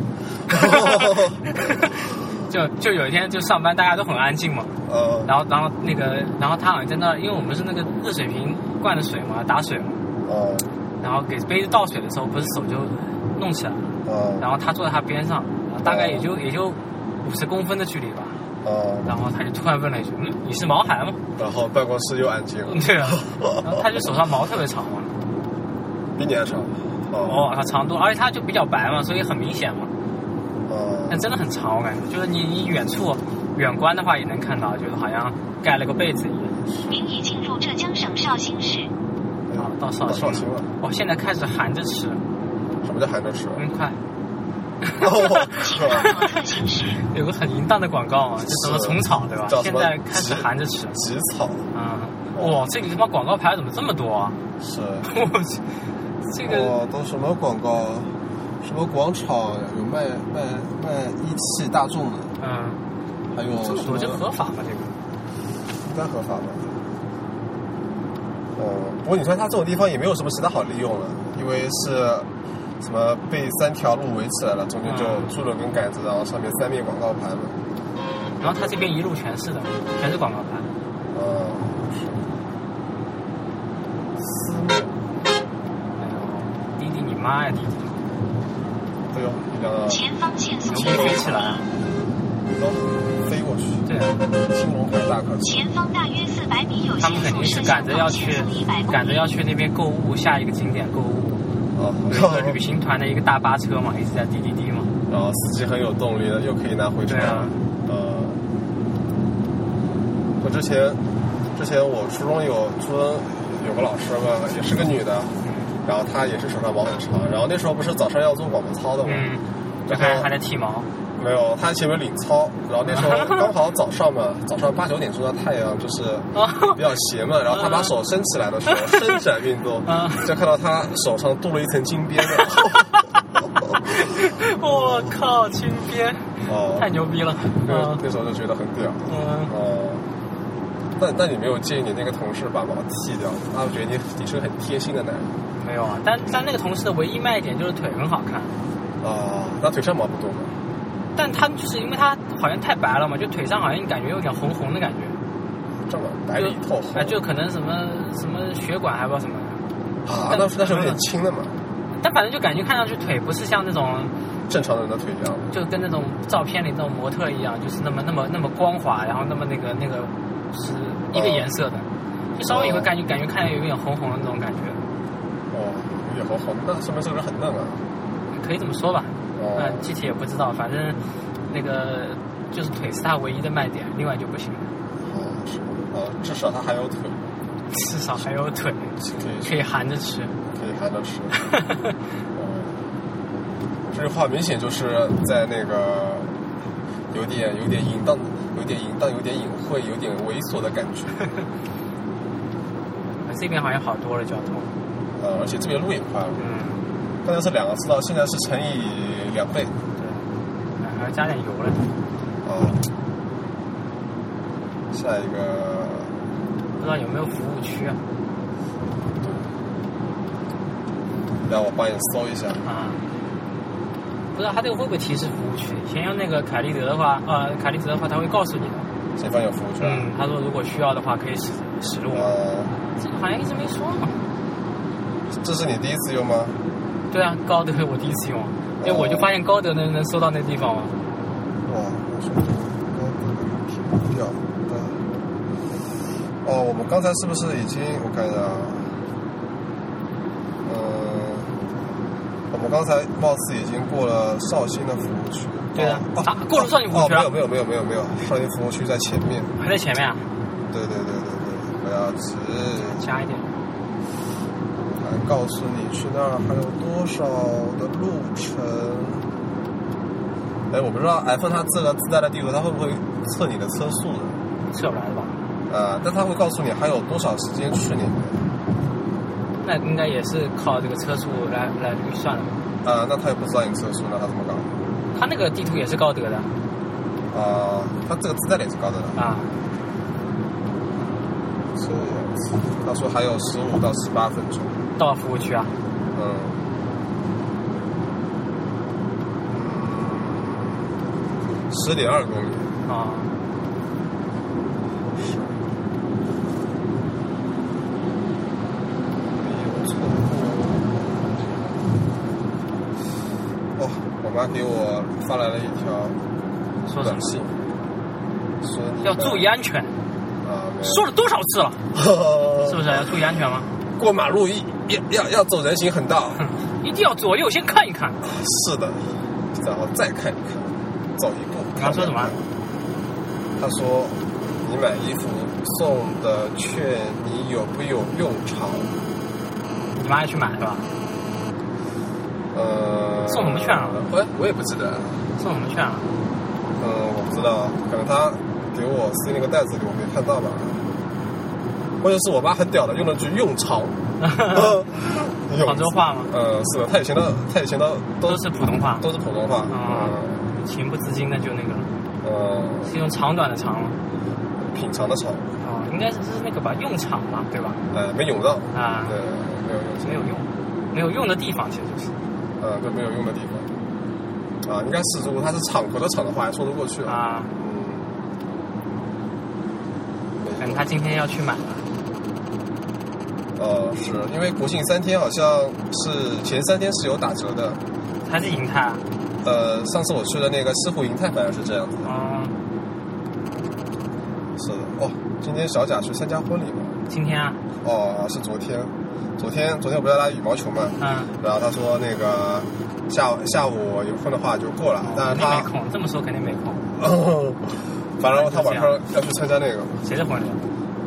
A: 就就有一天就上班大家都很安静嘛，
B: 呃，
A: 然后然后那个然后他好像在那儿，因为我们是那个热水瓶灌的水嘛，打水嘛，
B: 哦，
A: 然后给杯子倒水的时候，不是手就弄起来了，
B: 哦，
A: 然后他坐在他边上，大概也就也就五十公分的距离吧，
B: 哦，
A: 然后他就突然问了一句：“嗯，你是毛孩吗
B: 然后办公室又安静？”了
A: 嗯，，对啊，然后他就手上毛特别长嘛，
B: 比你还长。哦，
A: 哦，他长度，而且他就比较白嘛，所以很明显嘛，但
B: 哦，
A: 真的很长，我感觉，就是你你远处远观的话也能看到，就是好像盖了个被子一样。
D: 您已进入浙江省绍兴市。
A: 啊，到绍
B: 到
A: 兴
B: 绍兴了。
A: 我、哦、现在开始含着吃，
B: 什么叫含着吃？
A: 嗯，快，
B: 哦，
D: 请
B: 是
D: 看
B: 吧？
D: 左侧 行驶，
A: 有个很淫荡的广告啊嘛，就什么
B: 是
A: 虫草对吧
B: 叫？什
A: 现
B: 么
A: 在开始含着吃。
B: 起草
A: 啊，哇，这个他妈广告牌怎么这么多啊？
B: 是。
A: 我去，这个
B: 哦，都什么广告？什么广场有卖卖卖一汽大众的，
A: 嗯，
B: 还有
A: 这么
B: 什
A: 多
B: 么
A: 这合法吗？这个
B: 应该合法吧？呃，不过你说它这种地方也没有什么其他好利用了，因为是什么被三条路围起来了，中间就
A: 嗯
B: 竖了根杆子，然后上面三面广告牌嘛。
A: 然后他这边一路全是的，全是广告牌，
B: 呃，四面，
A: 哎呦，滴滴你妈呀，滴滴，
B: 哎呦，你两个
D: 前方限速
A: 牛
D: 一
A: 逼飞
D: 百
A: 起
D: 公
A: 来
D: 里
A: 了。，
B: 都飞过去，
A: 对啊，
B: 青龙牌大客车。
D: 前方大约四百米有
A: 他
D: 限
A: 们肯
D: 速
A: 定是
D: 摄像
A: 赶着要
D: 头
A: 去
D: 限速一百，公
A: 赶着要
D: 里。
A: 去那边购物，下一个景点购物。
B: 哦，
A: 有一个旅行团的一个大巴车嘛，一直在滴滴滴嘛。
B: 然后司机很有动力的，又可以拿回车。
A: 对啊
B: 呃，我之前之前我初中有初中有个老师嘛，也是个女的，
A: 嗯
B: 然后她也是手上毛很长，然后那时候不是早上要做广播操的嘛，
A: 嗯，就
B: 然
A: 开始
B: 后
A: 还在剃毛，
B: 没有她前面领操，然后那时候刚好早上 嘛，早上八九点钟的太阳就是
A: 哦嗯
B: 比较斜嘛，然后她把手伸起来的时候伸展运动
A: 啊，
B: 就看到她手上镀了一层金边 的，
A: 我靠，金边，
B: 哦，
A: 太牛逼了。
B: 那
A: 嗯
B: 那时候就觉得很屌。
A: 嗯，
B: 哦，那那你没有建议你那个同事把毛剃掉？他觉得你你是个很贴心的男人。
A: 没有啊，但但那个同事的唯一卖点就是腿很好看。
B: 哦，那腿上毛不多吗？
A: 但他就是因为他好像太白了嘛，就腿上好像感觉有点红红的感觉，
B: 这么白里透
A: 就
B: 红。
A: 哎，就可能什么什么血管还不知道什么，
B: 啊，那那是有点轻的嘛，
A: 但反正就感觉看上去腿不是像那种
B: 正常人的腿一样。
A: 就跟那种照片里那种模特一样，就是那么那么那么光滑，然后那么那个那个是一个颜色的，就稍微也会感觉感觉看着有点红红的那种感觉，
B: 哦，有点红红，那说明这个人很嫩啊。
A: 可以这么说吧，呃，
B: 哦，
A: 具体也不知道，反正那个就是腿是他唯一的卖点，另外就不行。
B: 哦是，呃，至少他还有腿。
A: 至少还有腿，
B: 可
A: 可
B: 以
A: 以含着吃。呃
B: 可以还能吃。这句话明显就是在那个有点有点淫荡、有点淫荡、有点隐晦、有点猥琐的感觉。
A: 这边好像好多了，交通。
B: 呃，而且这边路也快了，
A: 嗯，
B: 刚才是两个字道，现在是乘以两倍。
A: 对，呃还要加点油了。
B: 哦，下一个，
A: 不知道有没有服务区啊？
B: 让我帮你搜一下。
A: 啊，不知道它这个会不会提示服务区？先用那个凯立德的话，呃，凯立德的话，它会告诉你的。
B: 前方有服务区啊。
A: 他说如果需要的话，可以使使用。
B: 呃，
A: 这个好像一直没说嘛。
B: 这是你第一次用吗？
A: 对啊，高德我第一次用，因为我就发现高德能能搜到那地方嘛。
B: 哇，哦我说高度掉的。呃哦，我们刚才是不是已经？我看一下啊，呃，我们刚才貌似已经过了绍兴的服务区。
A: 对啊
B: 哦
A: 啊过了绍兴服务区
B: 哦
A: 了，
B: 没有没有没有没有没有，绍兴服务区在前面。
A: 还在前面啊，
B: 对对对对对，我要直
A: 加一点。
B: 来告诉你去那儿还有多少的路程。哎，我不知道 iPhone 它这个自带的地图，它会不会测你的车速呢？
A: 测不来了吧？
B: 呃，但它会告诉你还有多少时间去那边。
A: 那应该也是靠这个车速来来预算的吧。
B: 啊、那它也不知道你车速，那它怎么搞？
A: 它那个地图也是高德的
B: 啊、它这个自带的也是高的了。
A: 啊，
B: 这样子，他说还有十五到十八分钟。
A: 到服务区啊。
B: 嗯。十点二公里，
A: 啊，
B: 没有错。哦，我妈给我发来了一条
A: 说什
B: 短
A: 么？
B: 信，说你
A: 要
B: 们
A: 注意安全，
B: 啊，没有
A: 说了多少次了？是不是要注意安全吗？
B: 过马路一要要要走人行横 道，
A: 一定要左右先看一看。
B: 是的，然后再看一看，走一步。
A: 他说什么？啊
B: 他说：“你买衣服送的券，你有不有用场？
A: 你妈要去买是吧？
B: 呃，
A: 送什么券啊
B: 我我也不记得，
A: 送什么券啊？
B: 嗯，我不知道，可能他给我塞那个袋子里，我没看到吧。关键是我妈很屌的，用了句“用 潮”，用
A: 广州话吗？
B: 呃，是的，他以前的他以前的都
A: 都是普通话，
B: 都是普通话，
A: 啊情不自禁的就那个了，
B: 嗯呃，
A: 是用长短的长吗？
B: 品尝的尝，
A: 哦，应该是是那个吧，用场吧，对吧？
B: 呃，没涌到，
A: 啊
B: 对，，没有用场
A: 没有用，没有用的地方其实就是
B: 呃，都没有用的地方。啊，应该是如果它是敞口的敞的话，还说得过去啊。
A: 啊，
B: 嗯，
A: 可能他今天要去买了，
B: 呃，是因为国庆三天好像是前三天是有打折的。
A: 还是银泰啊？
B: 呃，上次我去的那个西湖银泰反而是这样子的。
A: 哦，
B: 是的，哦，今天小贾去参加婚礼嘛？
A: 今天啊，
B: 哦，是昨天，昨天昨天我不是要打羽毛球嘛？
A: 嗯，
B: 然后他说那个下午下午有空的话就过来，但是
A: 肯定没
B: 他，
A: 空，这么说肯定没空。
B: 反正他晚上要去参加那个。
A: 谁的婚礼？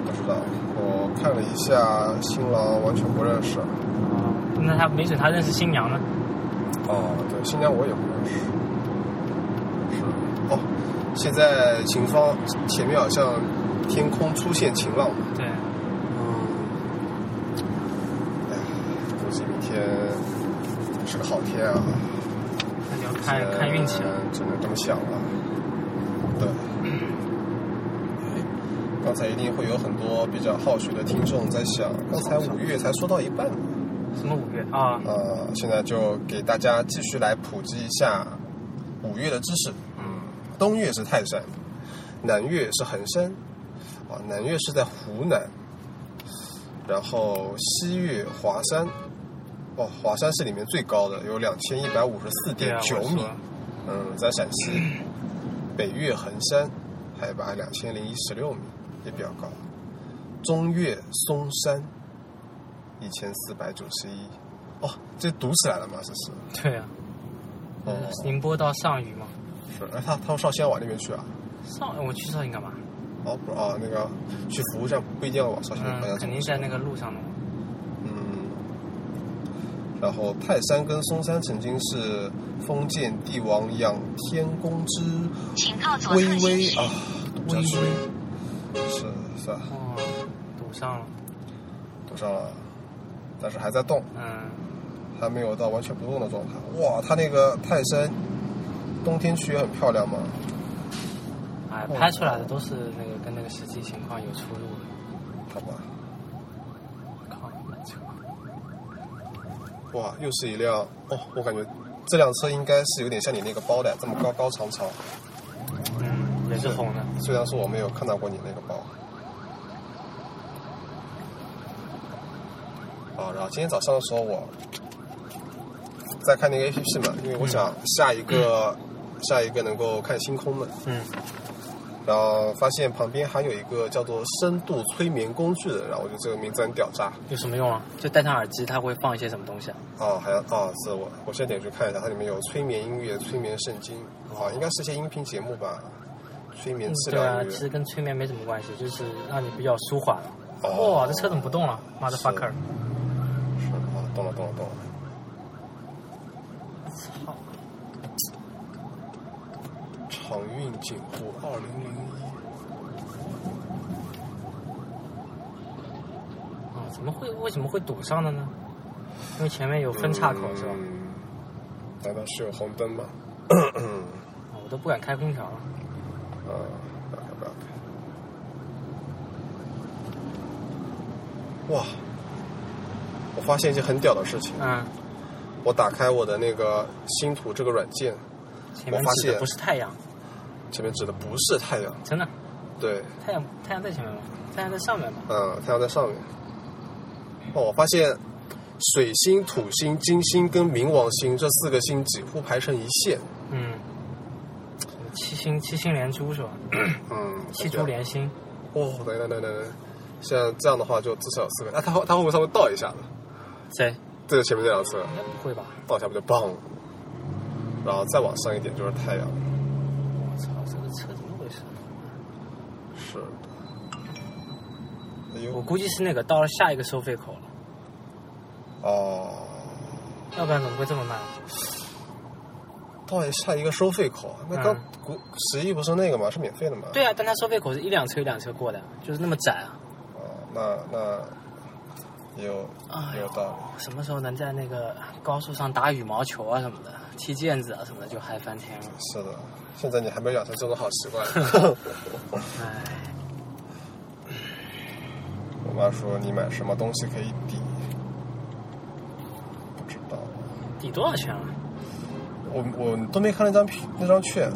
B: 不知道，我看了一下新郎，完全不认识。
A: 哦，那他没准他认识新娘呢。
B: 哦，对，新娘我也不认识。是哦，现在前方前面好像天空出现晴朗。
A: 对，
B: 哎，估计明天是个好天啊！
A: 那就要看哎看运气了。
B: 嗯只能这么想了。对。
A: 嗯
B: 哎刚才一定会有很多比较好学的听众在想，刚才五月才说到一半呢。
A: 什么五月啊？
B: 呃，现在就给大家继续来普及一下五岳的知识。
A: 嗯，
B: 东岳是泰山，南岳是衡山，啊，南岳是在湖南，然后西岳华山，哦，华山是里面最高的，有两千一百五十四
A: 对
B: 点
A: 啊，
B: 九
A: 我
B: 米
A: 说，
B: 嗯，在陕西。北岳衡山海拔两千零一十六米，也比较高。中岳嵩山一千四百九十一，哦，这读起来了吗？这是
A: 对啊，
B: 哦，
A: 嗯宁波到上虞嘛。
B: 是，哎，他他们上西安往那边去啊？
A: 上我去绍兴干嘛？
B: 哦不是哦那个去服务站不一定要往绍兴
A: 嗯
B: 方向，走
A: 肯，定是在那个路上的。
B: 嗯。然后泰山跟嵩山曾经是封建帝王养天宫之
D: 请靠左
B: 微
D: 侧行
B: 微
D: 驶。
B: 啊，
A: 微
B: 微是是吧？
A: 哦，堵上了。
B: 堵上了，但是还在动，
A: 嗯，
B: 还没有到完全不动的状态。哇，它那个泰山冬天去也很漂亮嘛，
A: 哎，
B: 哦
A: 拍出来的都是那个跟那个实际情况有出入的。
B: 好吧？
A: 靠，车
B: 哇，又是一辆哦，我感觉这辆车应该是有点像你那个包的，这么高高长长。
A: 嗯，也是红的。
B: 虽然说我没有看到过你那个包。啊，然后今天早上的时候我在看那个 APP 嘛，因为我
A: 嗯
B: 想下一个、下一个能够看星空的，
A: 嗯，
B: 然后发现旁边还有一个叫做深度催眠工具的，然后我觉得这个名字很屌炸
A: 有什么用啊？就戴上耳机，它会放一些什么东西啊？
B: 啊，还要啊，是我我现在点去看一下，它里面有催眠音乐、催眠圣经啊，应该是一些音频节目吧，催眠治
A: 对啊
B: 疗，音
A: 其
B: 乐
A: 实。跟催眠没什么关系，就是让你比较舒缓。
B: 哦
A: 哇，这车怎么不动了？Motherfucker！
B: 是啊，懂了懂了懂了。操！长运景湖二零零一，
A: 啊，怎么会为什么会堵上了呢？因为前面有分岔口是吧？
B: 嗯难道是有红灯 吗？嗯
A: 啊我都不敢开空调了。
B: 啊，不要开不要开哇！我发现一件很屌的事情，
A: 嗯，
B: 我打开我的那个星图这个软件，
A: 前面
B: 我发
A: 指的
B: 现
A: 不是太阳，
B: 前面指的不是太阳，
A: 真的，
B: 对，
A: 太阳太阳在前面吗？太阳在上面吗？
B: 嗯，太阳在上面。哦，我发现水星、土星、金星跟冥王星这四个星几乎排成一线。
A: 嗯，七星七星连珠是吧？
B: 嗯，
A: 七珠连星，
B: 哦，等等等等等，像这样的话就至少有四个。那、它会它会不会稍微倒一下呢？
A: 谁？
B: 对着前面这辆车
A: 应该不会吧？
B: 倒一下不就棒了？然后再往上一点就是太阳。
A: 我操，这个车怎么回事？
B: 是。哎
A: 我
B: 呦，
A: 估计是那个到了下一个收费口了，
B: 哦，
A: 要不然怎么会这么慢？啊
B: 到底下一个收费口，啊那刚
A: 嗯
B: 古十一不是那个吗？是免费的吗？
A: 对啊，但它收费口是一辆车一辆车过的，就是那么窄啊。
B: 哦，那那也有
A: 哎
B: 也有
A: 呦，
B: 道理。
A: 什么时候能在那个高速上打羽毛球啊什么的，踢毽子啊什么的就嗨翻天了。
B: 是的，现在你还没有养成这种好习惯。
A: 唉，
B: 我妈说你买什么东西可以抵，不知道，
A: 抵多少钱啊？
B: 我我都没看那张票那张券，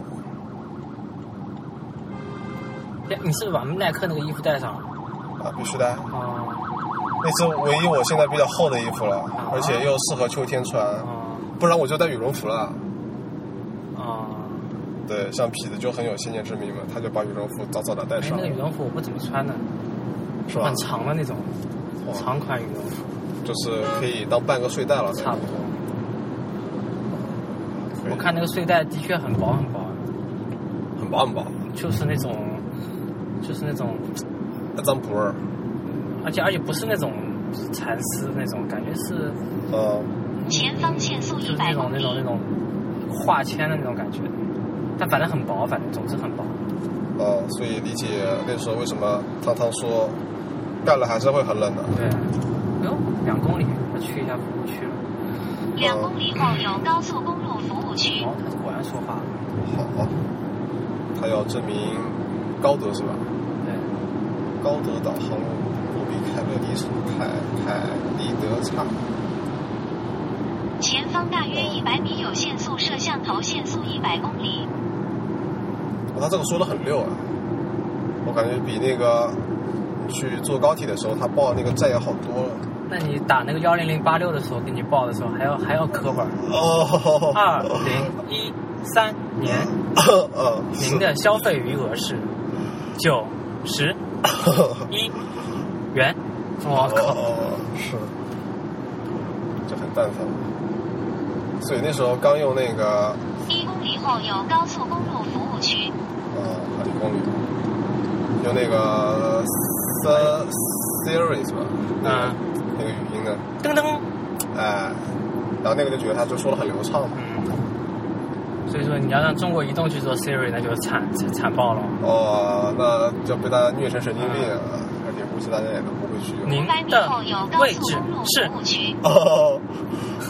A: 哎你是不是把耐克那个衣服带上了？
B: 啊，必须的。
A: 哦
B: 那是唯一我现在比较厚的衣服了，而且又适合秋天穿，
A: 哦
B: 不然我就带羽绒服了。
A: 哦。
B: 对，像痞子就很有先见之明嘛，他就把羽绒服早早的带
A: 哎，
B: 上
A: 那
B: 了
A: 个，羽绒服我不怎么穿的，
B: 是吧
A: 很？长的那种，
B: 哇
A: 长款羽绒服
B: 就是可以当半个睡袋了，
A: 差不多。
B: 可以
A: 我看那个睡袋的确很薄很薄，
B: 很薄很薄，
A: 就是那种，就是那种，
B: 那张不二，
A: 而且而且不是那种蚕丝那种，感觉是
B: 嗯。
D: 前方限速
A: 就是
D: 一
A: 那
D: 百
A: 种
D: 公
A: 那
D: 里
A: 种。那种化纤的那种感觉，但反正很薄，反正总之很薄。
B: 呃，所以理解那时候为什么汤汤说干了还是会很冷的。
A: 对，哎呦，两公里，我去一下服务区了。嗯
D: 两公里后有高速公路服务区，
A: 哦，他果然说话了。
B: 好，他要证明高德是吧？
A: 对，
B: 高德导航路不比凯乐迪凯凯立德差。
D: 前方大约一百米有限速摄像头，限速一百公里。
B: 哦，他这个说的很溜啊，我感觉比那个你去坐高铁的时候他报那个站要好多了。
A: 那你打那个幺零零八六的时候，给你报的时候，还要还要磕本儿。
B: 哦，
A: 二 零一三年
B: 呃，
A: 您的消费余额是九十一元。我靠！
B: 哦，是，就很淡烦。所以那时候刚用那个
D: 一公里后有高速公路服务区，
B: 呃，还有公里，有就那个 Sir Series 吧，
A: 嗯，
B: 那个语音的，
A: 噔噔，
B: 哎，然后那个就觉得他就说的很流畅嘛。
A: 嗯。所以说你要让中国移动去做 Siri，那就惨惨惨爆了。
B: 哦，那就被他虐成神经病了，而且估计大家也都不会去用。
A: 您
D: 五百米
A: 的
D: 后有高
A: 位
D: 速
A: 置
D: 公路
A: 是
D: 服务区。
B: 哦，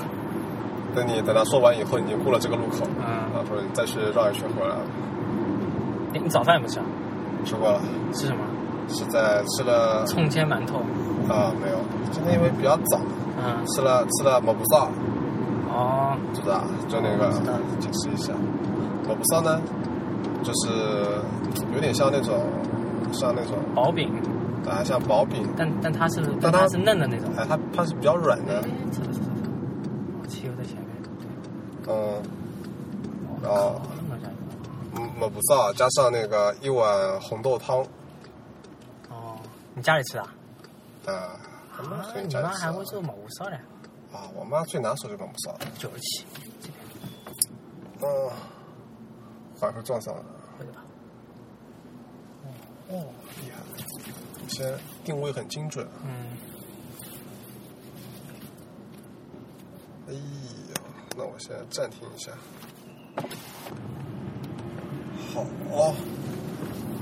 B: 等你等他说完以后，已经过了这个路口，然
A: 嗯，
B: 后说你再去绕一圈回来，
A: 哎你早饭有没有吃啊？
B: 吃过了，
A: 吃什么？
B: 是在吃了
A: 葱煎馒头。
B: 啊、没有，今天因为比较早，
A: 嗯，
B: 吃了吃了毛不萨，
A: 哦，
B: 知道吧？就那个
A: 知道
B: 解释一下，毛不萨呢，就是有点像那种像那种
A: 薄饼，
B: 啊像薄饼，
A: 但但它是
B: 但它
A: 它是嫩的那种。
B: 哎它它是比较软的
A: 哎，
D: 嗯
A: 这个是我汽油在前面。
B: 嗯。
A: 我
B: 哦
A: 靠这么燃
B: 嗯，抹不萨加上那个一碗红豆汤，
A: 哦，你家里吃的啊？
B: 啊，我妈
A: 啊
B: 很
A: 你
B: 家
A: 妈
B: 吃
A: 还会做某无烧的，
B: 啊，我妈最拿手就抹不萨，
A: 九十七，
B: 嗯，反会撞上了，
A: 会的吧？
B: 哦，厉害，有些定位很精准，啊
A: 嗯，
B: 哎呦，那我现在暂停一下，好、哦，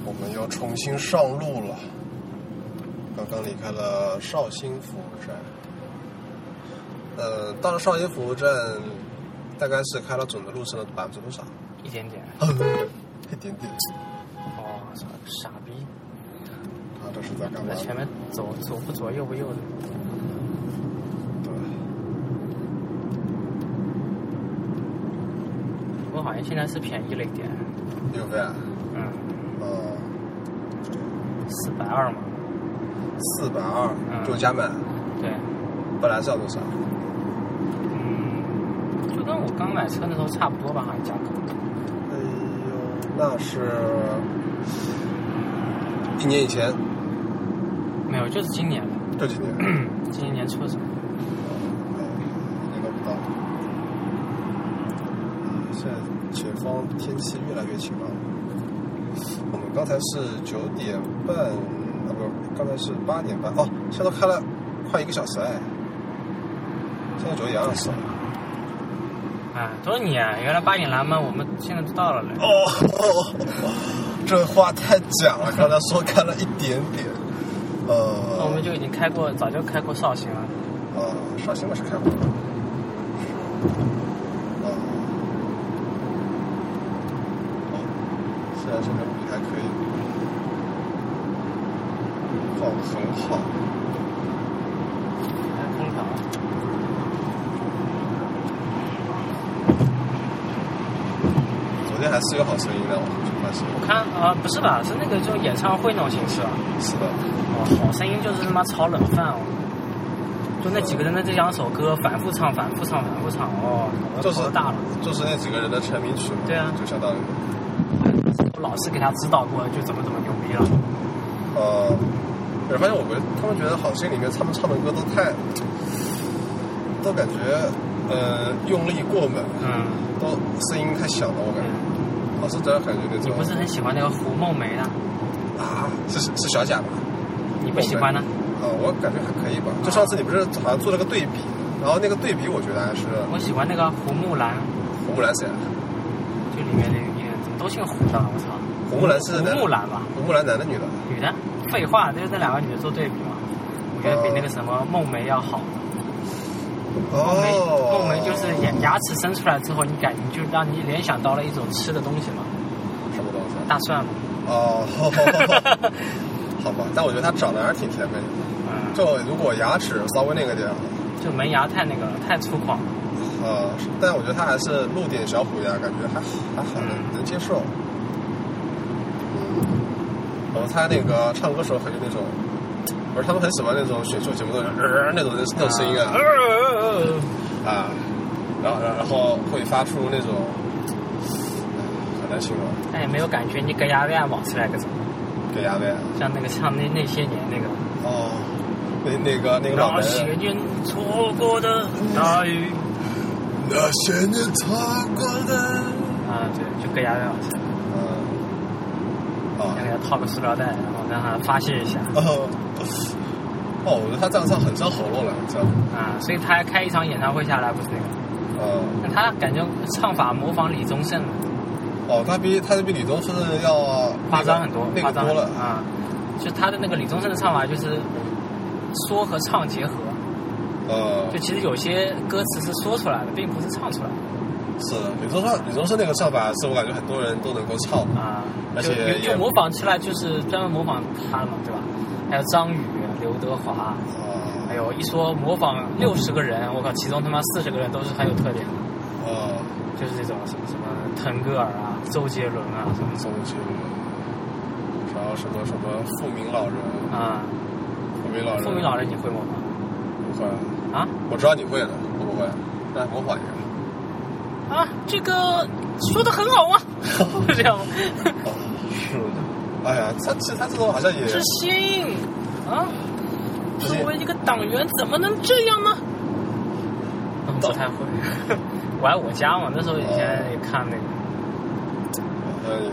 B: 我们又重新上路了，刚刚离开了绍兴服务站，呃，到了绍兴服务站，大概是开到准的路程的百分之多少？
A: 一点点。
B: 一点点。
A: 哦，操傻逼！
B: 啊，这是在干
A: 我
B: 嘛
A: 在？前面左左不左右不右的，
B: 对，
A: 不过好像现在是便宜了一点，
B: 六倍啊，
A: 嗯，
B: 呃，
A: 四百二嘛，
B: 四百二
A: 嗯
B: 就加满，
A: 对，
B: 本来是要多少？
A: 嗯，就跟我刚买车那时候差不多吧，好像价格。
B: 哎呦，那是一年以前，呃
A: 没有，就是今年 了，
B: 这几年，
A: 今年初的时候，
B: 一年都不到。现在前方天气越来越晴朗。我们刚才是九点半，啊不，刚才是八点半哦，现在都开了快一个小时哎，现在九点二十了。
A: 哎，都是你啊！原来八点来嘛，我们现在都到了嘞。
B: 哦，这话太假了，刚才说开了一点点，
A: 那我
B: 呃
A: 们，就已经开过，早就开过绍兴了。
B: 呃，绍兴的是开过的，呃，哦，现在这个笔还可以，哦，很好，
A: 开空调，
B: 昨天还是有好声音的，我回去发现，
A: 我看啊、不是吧？是那个就演唱会那种形式吧？啊
B: 是的，
A: 哦，好声音就是他妈炒冷饭哦，就那几个人的这两首歌反复唱，反复唱，反复唱，哦，我
B: 就是
A: 头大了。
B: 就是那几个人的成名曲嘛，
A: 对啊
B: 就相当于，
A: 我老师给他指导过，就怎么怎么牛逼了。
B: 呃，我发现我们他们觉得好心里面他们唱的歌都太，都感觉呃用力过猛，
A: 嗯，
B: 都声音太小了，我感觉。老师真的感觉那
A: 你
B: 种
A: 嗯不是很喜欢那个胡梦梅啊？
B: 啊，是是是小贾吧？
A: 你不喜欢呢？
B: 啊、我感觉还可以吧。就上次你不是好像做了个对比，然后那个对比我觉得还是
A: 我喜欢那个胡木兰，
B: 胡木兰谁啊？
A: 就里面那个演员怎么都姓胡的，我操！
B: 胡木兰是
A: 胡
B: 男的
A: 木兰吧？
B: 胡木兰男的女的？
A: 女的，废话，就是那两个女的做对比嘛。我觉得比那个什么梦梅要好。梦梅，
B: 哦，
A: 梦梅就是牙牙齿伸出来之后，你感觉就让你联想到了一种吃的东西嘛，
B: 什么东西？
A: 大蒜 嘛。
B: 哦，好吧，但我觉得她长得还是挺甜美的。
A: 嗯，
B: 就如果牙齿稍微那个点儿，
A: 就门牙太那个了，太粗犷了。
B: 呃，但我觉得他还是露点小虎牙，感觉还好还好能
A: 嗯
B: 能接受。然后他那个唱歌时候很有那种，不是他们很喜欢那种选秀节目的那种、呃、那种那种声音啊啊，然后然后会发出那种，哎很难形容，
A: 但也没有感觉你跟牙为爱往出来个什么，
B: 给牙呗。
A: 像那个像那那些年那个。
B: 哦，那那个那个老
A: 那
B: 人，嗯
A: 些年错过的大雨。
B: 那些年错过的。
A: 啊，对，就跟牙为爱往出来。
B: 嗯，啊，
A: 先给它套个塑料袋，然后让它发泄一下
B: 哦，哦，我觉得他这样唱很伤喉咙了，你知道吗？
A: 啊。所以他开一场演唱会下来不是那个，
B: 呃，
A: 但他感觉唱法模仿李宗盛
B: 哦，他比他比李宗盛要那个
A: 夸张很多，
B: 那
A: 夸
B: 个
A: 张
B: 多
A: 很多
B: 了。
A: 啊。就他的那个李宗盛的唱法就是说和唱结合，
B: 呃
A: 就，其实有些歌词是说出来的，并不是唱出来的
B: 是的李宗盛，李宗盛那个唱法是我感觉很多人都能够唱的。
A: 啊。
B: 而
A: 就
B: 且也
A: 就就模仿出来，就是专门模仿他嘛，对吧？还有张宇、刘德华，还
B: 呃
A: 有一说模仿六十个人，我靠，其中他妈四十个人都是很有特点的，
B: 呃，
A: 就是这种什么什么腾格尔啊、周杰伦啊什么什
B: 周杰伦，然后什么什么富民老人，
A: 么啊。
B: 富民老人，
A: 富民老人你会模仿
B: 不会，
A: 啊？
B: 我知道你会的，我不会，来模仿一个。
A: 啊，这个说的很好 啊，这样
B: 哦，是的。哎呀，他其实他这种好像也
A: 这谐音啊，
B: 不是
A: 作为一个党员怎么能这样呢？嗯不太会， 我爱我家嘛，那时候以前也看那个
B: 呃，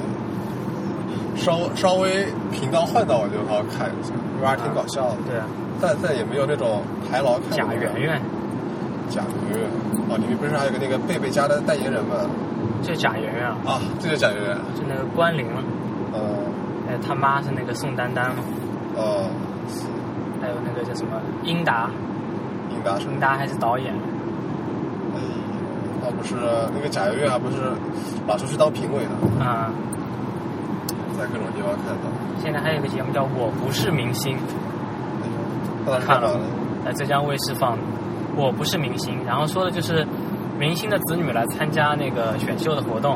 B: 稍稍微频道换到我就好好看一下，因为还挺搞笑的。
A: 对啊，
B: 但但也没有那种排劳看
A: 贾
B: 过
A: 圆圆，
B: 贾圆圆哦，里面不是还有个那个贝贝家的代言人吗？
A: 就贾圆圆啊，
B: 啊，这就是贾圆圆。
A: 就那个关凌嘛，
B: 呃
A: 还有他妈是那个宋丹丹嘛，
B: 呃，
A: 还有那个叫什么英达，
B: 应该是
A: 英达还是导演，
B: 哎哦，不是那个贾圆圆啊，不是老是去当评委的，
A: 啊、
B: 在各种地方看到。
A: 现在还有一个节目叫《我不是明星》，
B: 哎呦，当时
A: 看
B: 看到
A: 了
B: 了。，
A: 在浙江卫视放的《我不是明星》，然后说的就是明星的子女来参加那个选秀的活动，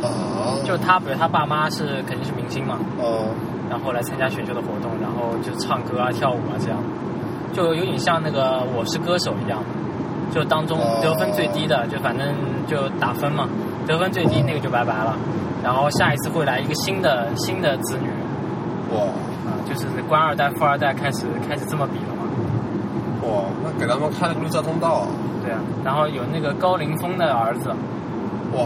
B: 啊，
A: 就他，比如他爸妈是肯定是明星嘛，
B: 哦
A: 然后来参加选秀的活动，然后就唱歌啊、跳舞啊这样，就有点像那个《我是歌手》一样，就当中
B: 哦
A: 得分最低的，就反正就打分嘛，得分最低那个就拜拜了，然后下一次会来一个新的新的子女
B: 哇
A: 啊、就是官二代、富二代开始开始这么比了嘛。
B: 哇，那给他们开了个路交通道啊，
A: 对啊，然后有那个高凌风的儿子，
B: 哇，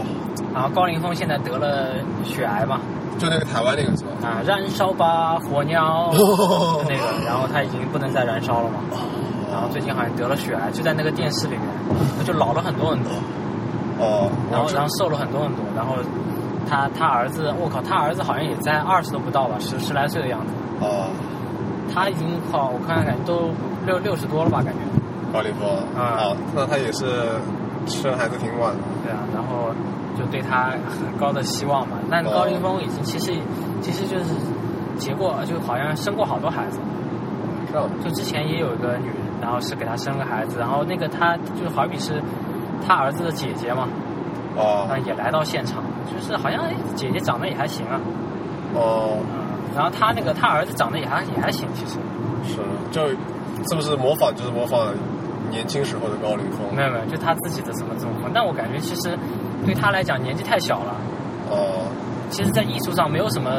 A: 然后啊高凌风现在得了血癌嘛，
B: 就那个台湾那个是吧？
A: 啊，燃烧吧火鸟
B: 哦
A: 那个，然后他已经不能再燃烧了嘛，然后最近好像得了血癌，就在那个电视里面，他就老了很多很多，
B: 哦，
A: 然后
B: 我知
A: 然后瘦了很多很多，然后他他儿子，我靠，他儿子好像也在二十都不到吧，十十来岁的样子，
B: 哦，
A: 他已经靠我看感觉都六六十多了吧，感觉，
B: 高凌风
A: 啊
B: 哦，那他也是生孩子挺晚的，
A: 对啊，然后就对他很高的希望嘛。但高凌风已经其实其实就是结过，就好像生过好多孩子。
B: 这样
A: 就之前也有一个女人，然后是给他生个孩子，然后那个他就好比是他儿子的姐姐嘛，
B: 哦
A: 然后也来到现场，就是好像哎姐姐长得也还行啊，
B: 哦
A: 嗯，然后他那个他儿子长得也还也还行，其实
B: 是，就是不是模仿就是模仿年轻时候的高凌风
A: 没有没有，就他自己的什么怎么，但我感觉其实对他来讲年纪太小了，
B: 哦
A: 其实在艺术上没有什么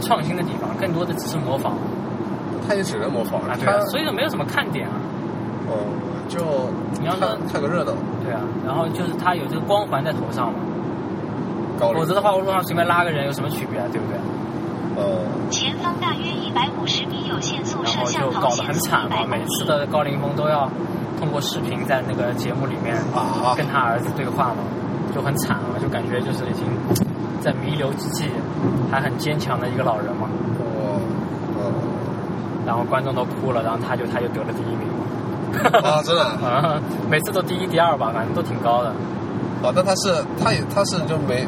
A: 创新的地方，更多的只是模仿。
B: 他也只能模仿
A: 啊，对
B: 他
A: 啊，所以就没有什么看点啊，
B: 哦就
A: 你要
B: 看
A: 说
B: 看个热闹，
A: 对啊，然后就是他有这个光环在头上嘛，
B: 高凌
A: 否则的话，我路上随便拉个人有什么区别啊，对不对？
B: 呃
D: 前方大约一百五十米有限速
A: 然
D: 摄
A: 后就
D: 像头
A: 搞得
D: 限
A: 很
D: 速
A: 惨
D: 一
A: 嘛
D: 百，
A: 每
D: 公
A: 次
D: 里。
A: 的高凌风都要通过视频在那个节目里面
B: 啊
A: 跟他儿子对话嘛，就很惨嘛，就感觉就是已经在弥留之际还很坚强的一个老人嘛，
B: 我
A: 然后观众都哭了，然后他就他就得了第一名。
B: 呃啊真的啊
A: 啊，每次都第一、第二吧，反正都挺高的。
B: 哦，那他是他也他是就每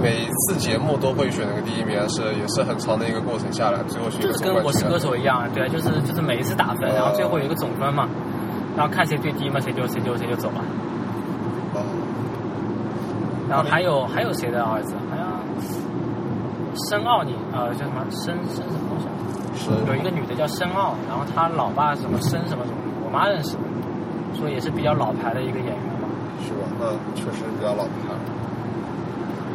B: 每次节目都会选那个第一名，是也是很长的一个过程下来，最后选
A: 就
B: 一个
A: 是
B: 总
A: 跟
B: 冠
A: 我是
B: 军
A: 歌手一样，对，就是就是每一次打分，然后最后有一个总分嘛，然后看谁最低嘛，谁就谁就谁就走了。
B: 哦
A: 然后还有还有谁的儿子？好像申奥你呃叫什么申申什么东西啊？
B: 是
A: 有一个女的叫申奥，然后她老爸什么申什么什么，我妈认识，说也是比较老牌的一个演员嘛。
B: 是吧？那确实比较老牌，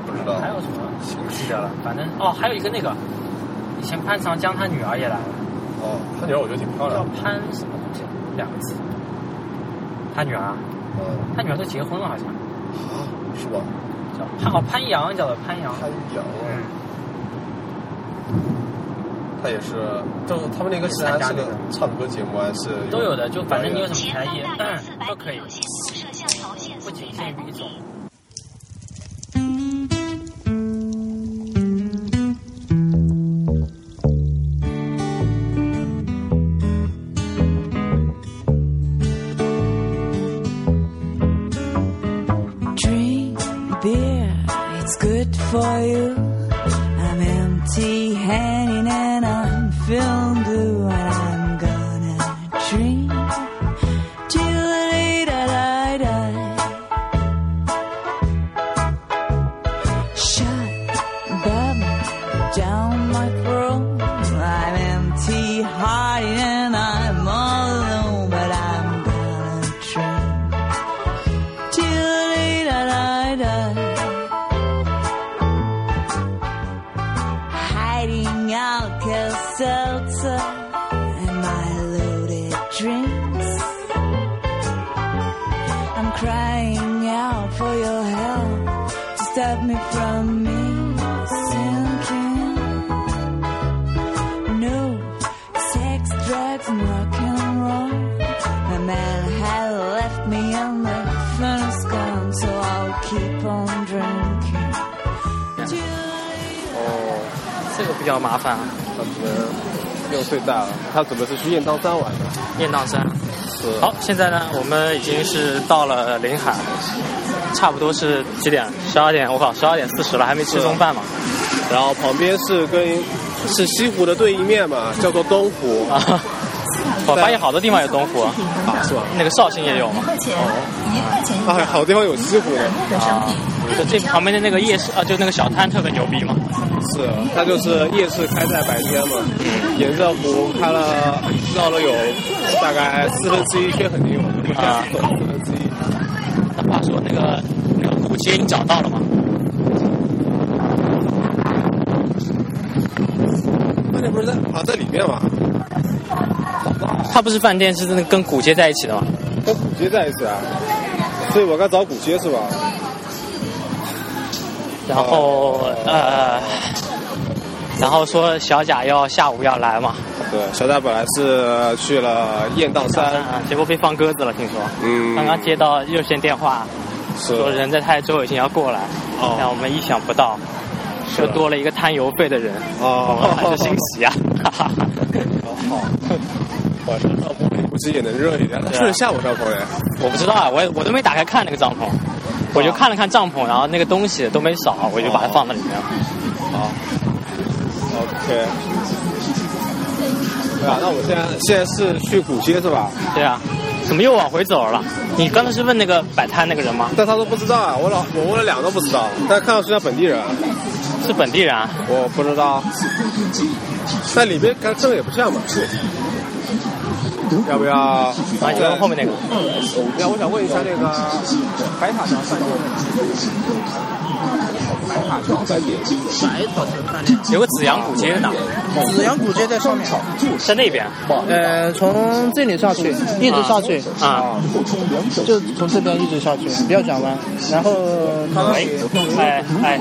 B: 不知道
A: 还有什么？
B: 形
A: 不记
B: 式
A: 得了，反正哦还有一个那个，以前潘长江他女儿也来了。
B: 哦，他女儿我觉得挺漂
A: 叫
B: 亮的，
A: 潘什么东西，啊两个字。他女儿啊，
B: 嗯
A: 他女儿都结婚了，好像
B: 啊，是吧？
A: 叫潘哦潘阳，叫做潘阳。
B: 潘阳，
A: 嗯，
B: 啊他也是，就是他们那个是还是个唱歌节目还是
H: 都有的，就反正你有什么
D: 前
H: 才
D: 方
H: 艺
D: 大约四百
H: 都可
D: 米
H: 以
D: 有，限速摄像头限
H: 不
D: 速
H: 仅
D: 一
H: 限
D: 百
H: 于
D: 公
H: 一种
D: 里。。
I: Drink beer, it's good for you. I'm empty handed and I'm feeling blue, and I'm gonna drink till the day that I die. Shut bubble down my throat. I'm empty hearted and I'm all alone, but I'm gonna drink till the day that I die. Hiding out Seltzer and my loaded drinks. I'm crying out for your help to stop me from me sinking. No sex, drugs, and rock and roll. The man had left me and the fun is gone, so I'll keep on drinking.
B: 哦，
A: 这个比较麻烦啊，
B: 他只能用最大了。他准备是去雁荡山玩的，
A: 雁荡山。
B: 是
A: 好，现在呢，我们已经是到了临海，差不多是几点？十二点，我靠，十二点四十了，还没吃中饭嘛？
B: 然后旁边是跟是西湖的对面嘛，叫做东湖
A: 啊，我发现好多地方有东湖，
B: 啊，是吧？
A: 那个绍兴也有嘛。
B: 哎，好地方有西湖呢。
A: 啊，就这旁边的那个夜市啊，就那个小摊特别牛逼嘛。
B: 是，啊它就是夜市开在白天嘛，沿着湖开了绕了有大概四分之一圈，肯定有，我们下
A: 啊
B: 次走四分之一。
A: 那话说那个那个户街你找到了吗？
B: 那不是在啊，在里面嘛，
A: 它不是饭店，是真的跟古街在一起的嘛？
B: 跟古街在一起啊，所以我该找古街是吧？
A: 然后
B: 哦
A: 呃，然后说小贾要下午要来嘛，
B: 对，小戴本来是去了雁荡山，
A: 啊，结果被放鸽子了，听说。
B: 嗯，
A: 刚刚接到热线电话，
B: 是
A: 说人在泰州已经要过来，
B: 哦啊
A: 但我们意想不到，又多了一个摊邮费的人， 我们还
B: 哦
A: 是，欣喜啊！哈哈哈。
B: 好，晚上帐篷 估计也能热一点，
A: 对啊
B: 睡得下午帐篷哎，
A: 我不知道啊，我也我都没打开看那个帐篷，我就看了看帐篷，然后那个东西都没少，我就把它放在里面了。
B: 好，OK。对啊，那我现在现在是去古街是吧？
A: 对啊，怎么又往回走了？你刚才是问那个摆摊那个人吗？
B: 但他都不知道啊，我老我问了两个都不知道，但看到是他本地人，
A: 是本地人啊？
B: 我不知道。但里面看这个也不像嘛，要不要？
A: 啊，就问后面那个。
B: 要我想问一下那个白塔桥饭店，白塔桥饭店
A: 有个紫阳古街呢，
J: 紫阳古街在上面，
A: 在那边
J: 呃，从这里下去，一直下去，
A: 啊。
J: 就从这边一直下去，不要转弯。然后，
A: 喂，哎哎，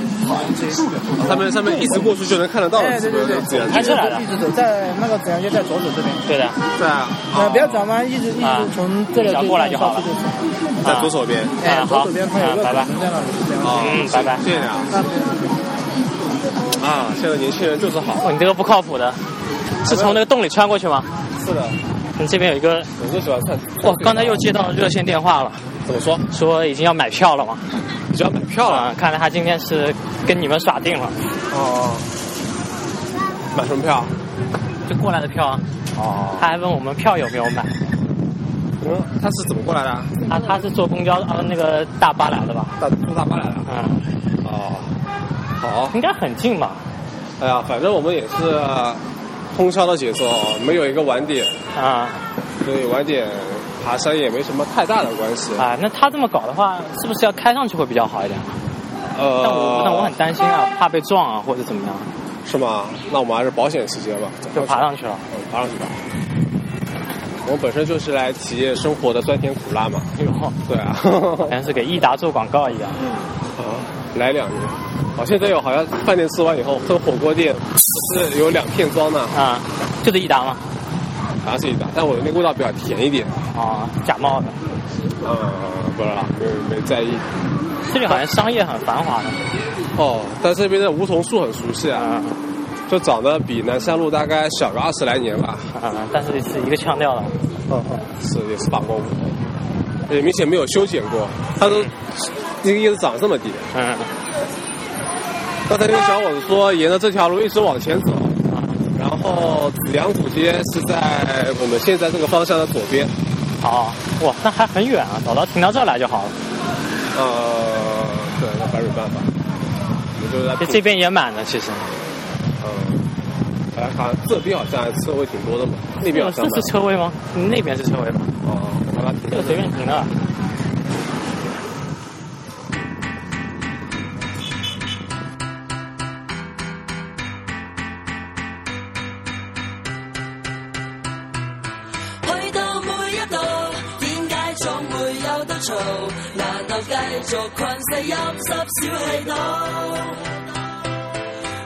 B: 他们上面一直过去就能看得到，
J: 哎，对对对，
B: 是不是
A: 开车来的
J: 一直走，在那个紫阳街在左手这边，
A: 对的，
B: 对啊，
J: 呃，不要转弯，一直一
A: 啊
J: 直从这里
A: 只要过来就好了
J: 下去就行
B: 在左手边。
J: 哎
A: 啊，好
J: 左手边它有一个
A: 啊拜拜
J: 孔在那里，这样
B: 哦
A: 嗯拜拜
B: 谢谢你啊。啊，现在年轻人就是好。
A: 哦，你这个不靠谱的，是从那个洞里穿过去吗？
B: 是的，
A: 你这边有一个，
B: 我就喜欢看。
A: 我刚才又接到热线电话了，
B: 怎么说？
A: 说已经要买票了嘛。
B: 你就要买票了。
A: 啊，看来他今天是跟你们耍定了，
B: 哦，买什么票？
A: 就过来的票啊。
B: 哦，嗯
A: 他还问我们票有没有买，
B: 他是怎么过来的啊？
A: 他他是坐公交啊那个大巴来的吧？
B: 大坐大巴来的。
A: 嗯，
B: 哦，好，
A: 应该很近吧？
B: 哎呀，反正我们也是呃通宵的节奏，没有一个晚点，
A: 啊
B: 所以晚点爬山也没什么太大的关系。
A: 啊，那他这么搞的话，是不是要开上去会比较好一点？
B: 呃，
A: 但我但我很担心啊，怕被撞啊或者怎么样，
B: 是吗？那我们还是保险起见吧，
A: 就爬上去了。
B: 嗯爬上去吧。我们本身就是来体验生活的酸甜苦辣嘛。
A: 哎呦，好
B: 对啊，
A: 像是给益达做广告一样。
B: 来两个，好，现在有好像饭店吃完以后喝火锅店，就是有两片装的，
A: 啊，就是益达嘛，
B: 好像是一打，但我的那个味道比较甜一点。
A: 啊，假冒的，
B: 呃，不知道，没没在意。
A: 这里好像商业很繁华的，
B: 哦，但这边的梧桐树很熟悉啊，就长得比南山路大概小个二十来年吧。
A: 啊，但是是一个腔调了，
B: 嗯嗯，是也是法国梧桐，也明显没有修剪过，它都那个叶子长这么低。
A: 嗯，
B: 刚才那个小伙子说，沿着这条路一直往前走，然后紫阳古街是在我们现在这个方向的左边。
A: 好，哇，那还很远啊，早到停到这儿来就好了，
B: 呃，对，那白水办法，我们就在
A: 哎这这边也满了，其实，
B: 嗯，来看这边好像车位挺多的嘛，那边好像
A: 嗯哦这是车位吗？那边是车位吧？
B: 哦，好吧，
A: 这个随便停啊的，
F: 去到每一度，點解總會有得嘈？難道繼續困死陰濕小氣度？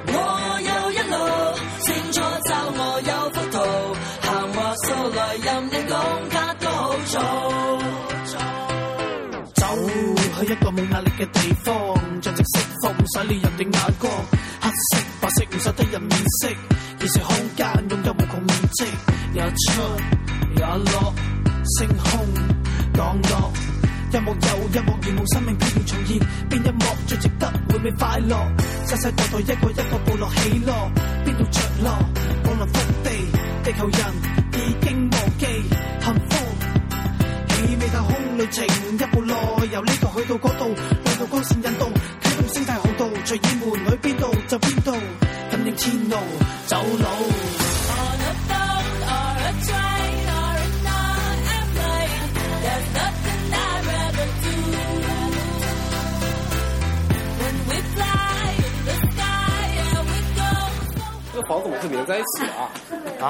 F: 我有一路，清楚找我有幅圖，行話素來任你講卡都好做。
K: 走去一個冇壓力嘅地方，盡情釋放，洗練人哋眼光。黑色、白色唔使得人面色，其實空間擁有無窮面積，有出有落，星空降落。一幕又一幕，如無生命必要重現，邊一幕最值得回味快樂？世世代代一個一個部落起落，邊度着落？網絡福地，地球人已經忘記幸福。氣味太空旅程，一步內由呢度去到嗰度，兩道光線引導，啟動星態航道，隨意門裏邊度就邊度，感應天路走佬。
F: On a boat or a train or an airplane, there's nothing I'd rather do. When we fly in the sky and we go.
B: 这个房子我们是连在一起的啊，
A: 啊，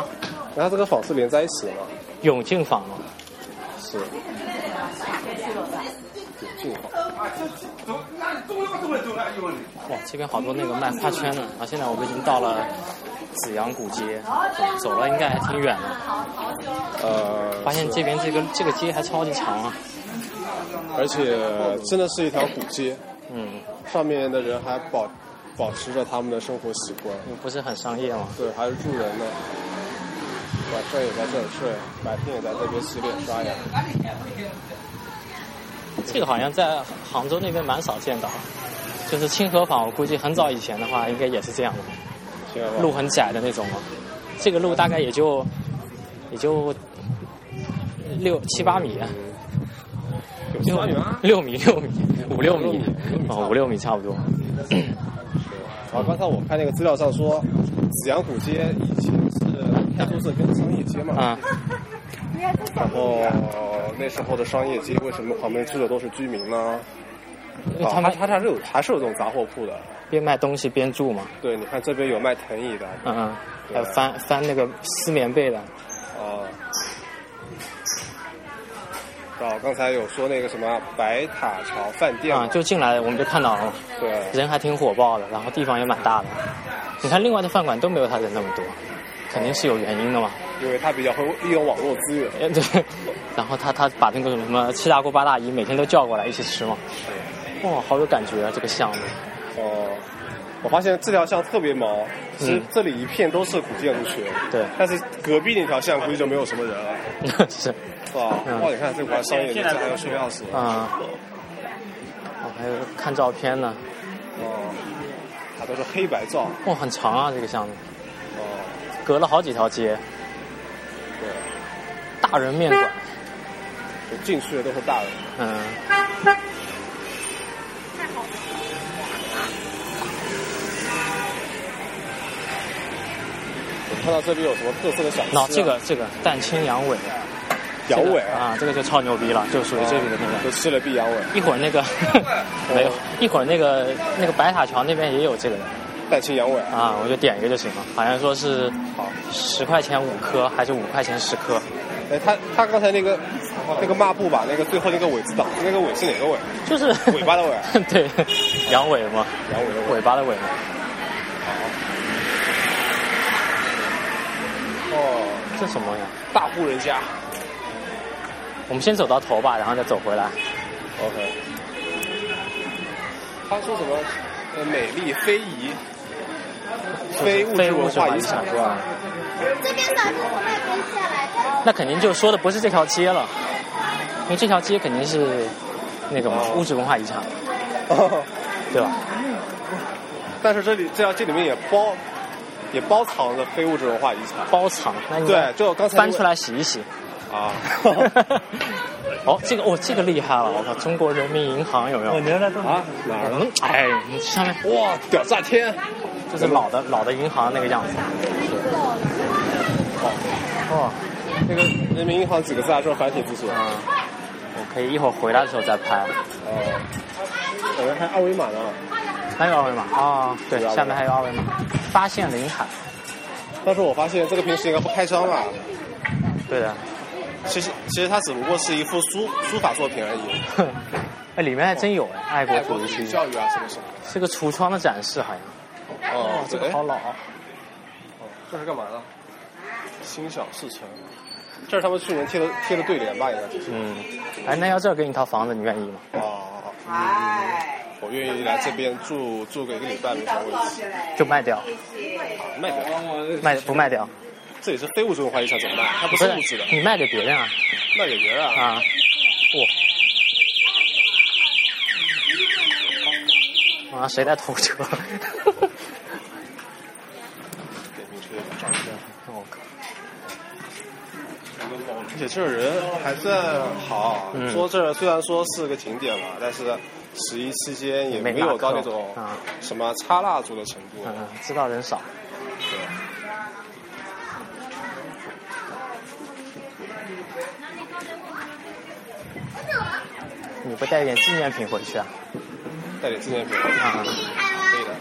B: 然后这个房是连在一起的嘛，
A: 永庆坊嘛，
B: 是。
A: 哇，这边好多那个卖花圈的，啊，现在我们已经到了紫阳古街，走了应该还挺远的，
B: 呃，
A: 发现这边这个这个街还超级长啊，
B: 而且真的是一条古街，
A: 嗯，
B: 上面的人还保保持着他们的生活习惯，
A: 又不是很商业嘛，
B: 对，还是住人的，晚上也在这里睡，白天也在这边洗脸刷牙。
A: 这个好像在杭州那边蛮少见到的，就是清河坊，我估计很早以前的话应该也是这样的。
B: 听到吗
A: 路很窄的那种嘛。这个路大概也就也就六七八米，
B: 有三元啊。
A: 六米六米五六米啊、五六米差不多。
B: 然后啊刚才我看那个资料上说，紫阳古街以前是开拓社跟商业街嘛，
A: 啊、
B: 然后那时候的商业街为什么旁边住的都是居民呢？
A: 因为他们
B: 它还是有还是有这种杂货铺的。
A: 边卖东西边住嘛，
B: 对，你看这边有卖藤椅的，
A: 嗯嗯，还有翻翻那个丝棉被的，
B: 哦、哦，刚才有说那个什么白塔桥饭店
A: 啊、
B: 嘛
A: 就进来我们就看到了，
B: 对，
A: 人还挺火爆的，然后地方也蛮大的。你看另外的饭馆都没有他人那么多，肯定是有原因的嘛。
B: 因为它比较会利用网络资源。
A: 哎对，然后他他把那个什么七大姑八大姨每天都叫过来一起吃嘛，哇，好有感觉啊这个项目。
B: 哦，我发现这条巷特别毛，其实
A: 嗯
B: 这里一片都是古建筑群。
A: 对
B: 但是隔壁那条巷估计就没有什么人了，
A: 是
B: 是吧？
A: 嗯
B: 哇，你看这块商业街，这还有学钥匙。
A: 啊，哦，还有看照片呢，
B: 哦，它都是黑白照。
A: 哇，很长啊，这个项目，
B: 哦，
A: 隔了好几条街，
B: 对，
A: 大人面馆，
B: 就进去的都是大人。
A: 嗯，
B: 我看到这边有什么特色的小吃、啊？
A: 哦那这个这个蛋清羊尾，
B: 羊
A: 这
B: 尾
A: 个，啊，这个就超牛逼了，就属于这里的那
B: 就
A: 个。
B: 吃了必羊尾，
A: 一会儿那个 没有，一会儿那个那个白塔桥那边也有这个的
B: 蛋清羊尾。
A: 啊，我就点一个就行了。好像说是
B: 好，
A: 十块钱五颗，还是五块钱十颗？
B: 哎，哎，他他刚才那个那个抹布把那个最后那个尾字挡，那个尾是哪个尾？
A: 就是
B: 尾巴的尾啊。
A: 对，羊尾嘛，
B: 羊尾的尾
A: 尾巴的尾嘛。
B: 哦，
A: 这什么呀？
B: 大户人家。
A: 我们先走到头吧，然后再走回来。
B: OK。他说什么？呃，美丽非遗，非物质文化遗产是吧？
L: 这边早就是外边下来的。
A: 那肯定就说的不是这条街了，因为这条街肯定是那种
B: 哦
A: 物质文化遗产，对吧？
B: 但是这里这这里面也包也包藏着非物质文化遗产。
A: 包藏？那你
B: 对，就刚才
A: 翻出来洗 一洗。
B: 啊。
A: 哦，这个哦，这个厉害了！我靠，中国人民银行有没有？
B: 哦你原来这么啊哪儿呢
A: 哎，你去上面
B: 哇，屌炸天！
A: 就是老的老的银行那个样子。
B: 哦，那个人民银行几个字还是繁体字写啊？
A: 嗯我可以一会儿回来的时候再拍。
B: 哦，我呃们还二维码呢。
A: 还有二维码啊、对，下面还有二维码。发现林海，
B: 但是我发现这个平时应该不开张吧？
A: 对的。
B: 其实其实它只不过是一幅书书法作品而已。
A: 哎，里面还真有哎，爱国主义区，
B: 教育啊什么什么。
A: 是个橱窗的展示，好像。
B: 哦，
A: 这个好老。
B: 哦，这是干嘛的？心想事成。这是他们去年贴的贴的对联吧？应该是。
A: 嗯，哎，那要这儿给你套房子，你愿意吗？
B: 哦，我愿意来这边住住个一个礼拜，没啥问题。
A: 就卖掉，
B: 卖掉，
A: 卖不卖掉？
B: 这也是非物质文化遗产，怎么办？它不是物质的，
A: 你卖给别人啊？
B: 卖给别人啊？
A: 啊，哇！啊，谁在偷车？
B: 电瓶车长一下。
A: 我靠！
B: 而且这儿人还算好，
A: 嗯
B: 说这儿虽然说是个景点吧，但是十一期间也没有到嗯那种
A: 啊，
B: 什么插蜡烛的程度。
A: 嗯，知道人少。你不带点纪念品回去啊？
B: 带点纪念品
A: 啊，
B: 可以的。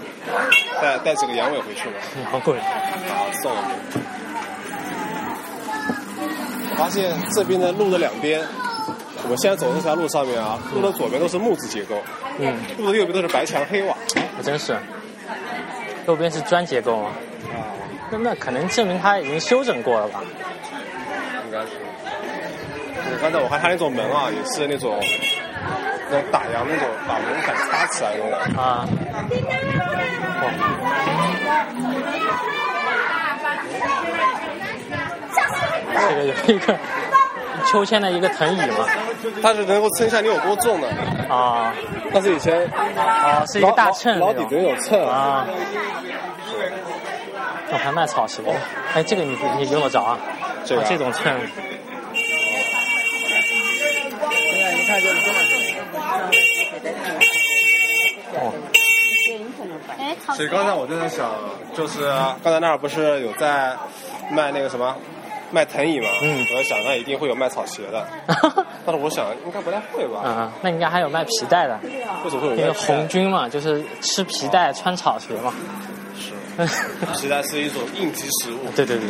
B: 带带几个羊尾回去吧。
A: 好贵。
B: 好，送我们。发现这边的路的两边，我们现在走的这条路上面啊，路的左边都是木质结构，
A: 嗯，
B: 路的右边都是白墙黑瓦。
A: 还真是。右边是砖结构吗？啊那那可能证明它已经修整过了吧？
B: 应该是。我刚才我看它那种门啊，也是那种那种打烊那种把门反插起来那种。
A: 啊。这个有一个秋千的一个藤椅嘛，
B: 它是能够撑下你有多重的。
A: 啊。
B: 它是以前
A: 啊，是一个大秤
B: 老老
A: 那
B: 底
A: 种
B: 子那种秤
A: 啊。我还卖草鞋，哎，这个你你用得着啊？
B: 这个啊
A: 哦这种秤，
F: 一看就是这么
L: 哎，草
B: 所以刚才我就在想，就是刚才那儿不是有在卖那个什么卖藤椅吗？嗯，我在想那一定会有卖草鞋 的，但是我想应该不太会吧？
A: 嗯，那人家还有卖皮带的，
B: 为什么会有
A: 因为
B: 卖皮带
A: 红军嘛，就是吃皮带穿草鞋嘛。
B: 是，皮带是一种应急食物。
A: 对对对。